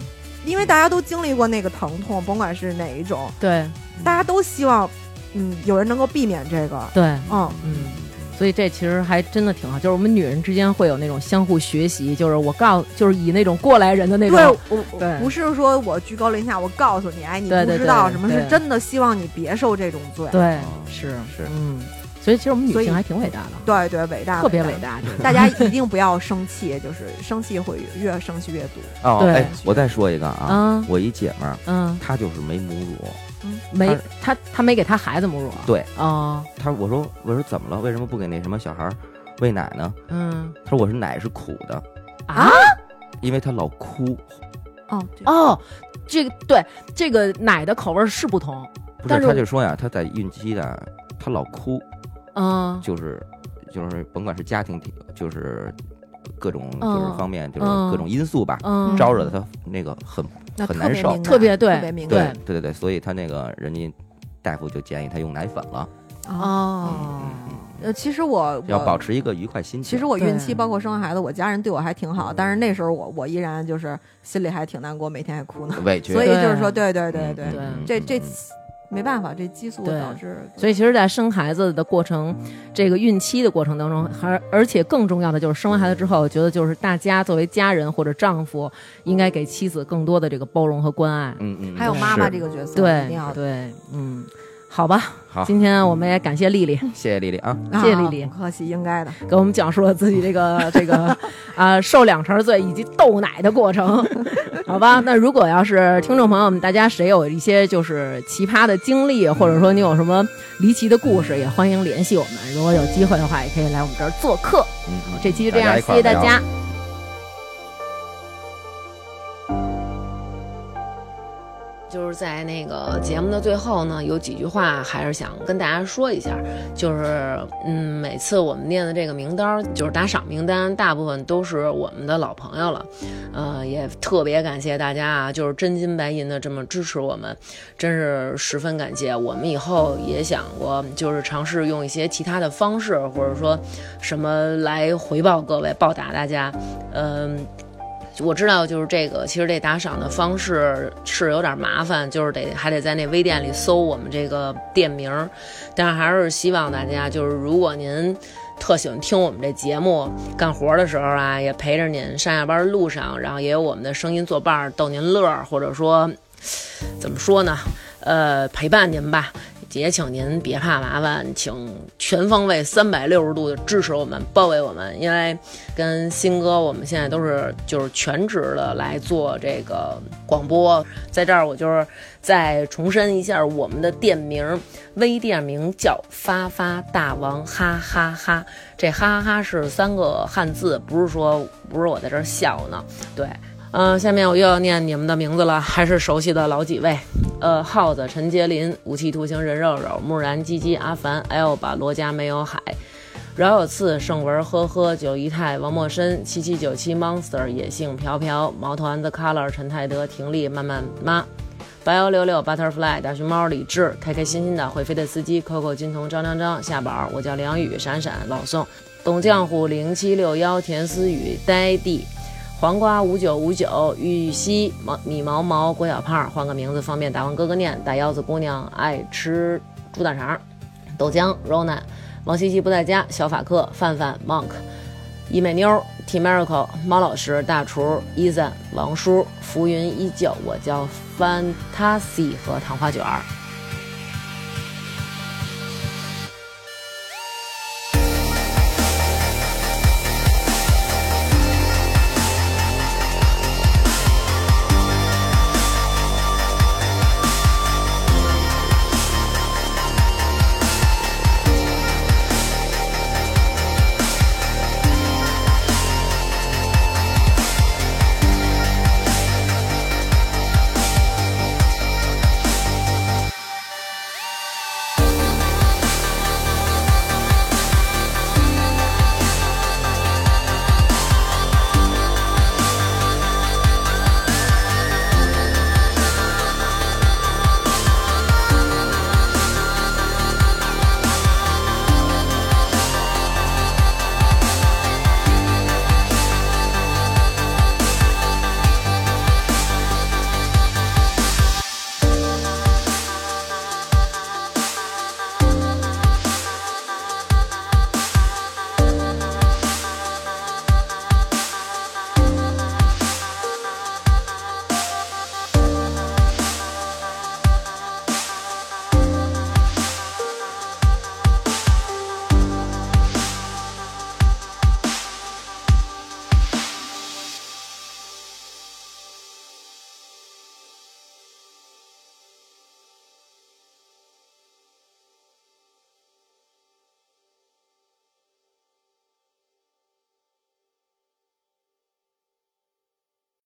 Speaker 3: 因为大家都经历过那个疼痛，甭管是哪一种，
Speaker 1: 对
Speaker 3: 大家都希望，嗯，有人能够避免这个，
Speaker 1: 对，
Speaker 3: 嗯，
Speaker 1: 嗯。所以这其实还真的挺好，就是我们女人之间会有那种相互学习，就是我告，就是以那种过来人的那
Speaker 3: 对
Speaker 1: 种
Speaker 3: 我我
Speaker 1: 对
Speaker 3: 不是说我居高临下，我告诉你，哎，你
Speaker 1: 对
Speaker 3: 不
Speaker 1: 对
Speaker 3: 知
Speaker 1: 对
Speaker 3: 道什么，
Speaker 1: 对
Speaker 3: 是真的希望你别受这种罪，
Speaker 1: 对
Speaker 2: 哦，
Speaker 1: 是
Speaker 2: 是
Speaker 1: 嗯，所以其实我们女
Speaker 3: 所以
Speaker 1: 性还挺伟大的，
Speaker 3: 对对，伟大，
Speaker 1: 特别
Speaker 3: 伟
Speaker 1: 伟。大，这个
Speaker 3: 大家一定不要生气，就是生气会越生气越毒。
Speaker 2: 哦，
Speaker 1: 对
Speaker 2: 哎，我再说一个啊
Speaker 1: 嗯，
Speaker 2: 我一姐们儿，
Speaker 1: 嗯
Speaker 2: 她就是没母乳，
Speaker 3: 嗯
Speaker 4: 没他他没给他孩子母乳，
Speaker 2: 对
Speaker 4: 哦，
Speaker 2: 他说我说我说怎么了？为什么不给那什么小孩儿喂奶呢？
Speaker 4: 嗯
Speaker 2: 他说我是奶是苦的，
Speaker 4: 啊
Speaker 2: 因为他老哭。
Speaker 3: 哦，对
Speaker 4: 哦，这个对这个奶的口味是不同，
Speaker 2: 不
Speaker 4: 但
Speaker 2: 是，
Speaker 4: 是
Speaker 2: 他
Speaker 4: 我
Speaker 2: 就说呀，他在孕期的他老哭，
Speaker 4: 嗯
Speaker 2: 就是就是甭管是家庭体，就是各种
Speaker 4: 嗯
Speaker 2: 就是方面，就是
Speaker 4: 嗯
Speaker 2: 各种因素吧，
Speaker 4: 嗯，
Speaker 2: 招惹得他那个很
Speaker 3: 那
Speaker 2: 很
Speaker 3: 特
Speaker 2: 难
Speaker 3: 别
Speaker 2: 受
Speaker 3: 敏感
Speaker 4: 特别对
Speaker 3: 特别敏
Speaker 2: 对
Speaker 3: 感
Speaker 2: 对对对，所以他那个人家大夫就建议他用奶粉了，
Speaker 3: 啊。
Speaker 4: 哦
Speaker 2: 嗯嗯
Speaker 3: 呃，其实我
Speaker 2: 要保
Speaker 3: 我
Speaker 2: 持一个愉快心情。
Speaker 3: 其实我
Speaker 4: 对
Speaker 3: 孕期包括生孩子，我家人对我还挺好，
Speaker 2: 嗯
Speaker 3: 但是那时候我我依然就是心里还挺难过，每天还哭呢。
Speaker 2: 委屈，
Speaker 3: 所以就是说，对
Speaker 2: 嗯
Speaker 3: 对对对，
Speaker 4: 对
Speaker 2: 嗯
Speaker 3: 这
Speaker 2: 嗯
Speaker 3: 这
Speaker 2: 嗯
Speaker 3: 没办法，这激素
Speaker 4: 对
Speaker 3: 导致。
Speaker 4: 所以其实，在生孩子的过程，这个孕期的过程当中，还而且更重要的就是生完孩子之后，我觉得就是大家作为家人或者丈夫，应该给妻子更多的这个包容和关爱。
Speaker 2: 嗯嗯，
Speaker 3: 还有妈妈
Speaker 2: 是
Speaker 3: 这个角色，一
Speaker 4: 对
Speaker 3: 定要
Speaker 4: 对，嗯，好吧，
Speaker 2: 好
Speaker 4: 今天我们也感谢丽丽
Speaker 2: 谢谢丽丽啊，
Speaker 4: 谢谢丽丽
Speaker 3: 啊不客气，应该的。
Speaker 4: 给我们讲述了自己这个 这个啊、受两成罪以及斗奶的过程，好吧？那如果要是听众朋友们，大家谁有一些就是奇葩的经历，或者说你有什么离奇的故事，也欢迎联系我们。如果有机会的话，也可以来我们这儿做客。
Speaker 2: 嗯，嗯
Speaker 4: 这期就这样，
Speaker 2: 一
Speaker 4: 谢
Speaker 2: 块儿
Speaker 4: 谢大
Speaker 2: 聊
Speaker 4: 家。
Speaker 1: 就是在那个节目的最后呢，有几句话还是想跟大家说一下，就是嗯，每次我们念的这个名单儿，就是打赏名单，大部分都是我们的老朋友了，呃，也特别感谢大家啊，就是真金白银的这么支持我们，真是十分感谢。我们以后也想过，就是尝试用一些其他的方式，或者说什么来回报各位，报答大家，嗯、我知道，就是这个，其实这打赏的方式是有点麻烦，就是得还得在那微店里搜我们这个店名儿，但是还是希望大家，就是如果您特喜欢听我们这节目，干活的时候啊，也陪着您上下班路上，然后也有我们的声音作伴儿，逗您乐儿，或者说怎么说呢，呃，陪伴您吧。也请您别怕麻烦，请全方位、三百六十度的支持我们、包围我们，因为跟新哥，我们现在都是就是全职的来做这个广播。在这儿，我就是再重申一下我们的店名，微店名叫“发发大王哈哈哈”，这哈哈哈是三个汉字，不是说不是我在这儿笑呢。对，嗯、下面我又要念你们的名字了，还是熟悉的老几位，呃，耗子、陈杰林、无期徒刑任肉肉、木然、鸡鸡、阿凡、L 吧、罗家没有海。饶有次、盛文、呵呵、九姨太、王默深、七七九七、Monster、野性飘飘、毛头 and the color、陈泰德、婷丽、慢慢妈、八幺六六、Butterfly、大熊猫、李志、开开心心的会飞的司机、Coco、金童、张张张、夏宝，我叫梁宇、闪闪、老宋、董江湖零七六幺、田思雨、呆地。黄瓜五九五九，玉溪毛米毛毛，郭小胖，换个名字方便打完哥哥念。大腰子姑娘爱吃猪大肠，豆浆 Rona，王西西不在家，小法克、范范、Monk、伊美妞、T Miracle、猫老师、大厨、Ethan、王叔、浮云依旧，我叫 Fantasy 和糖花卷儿。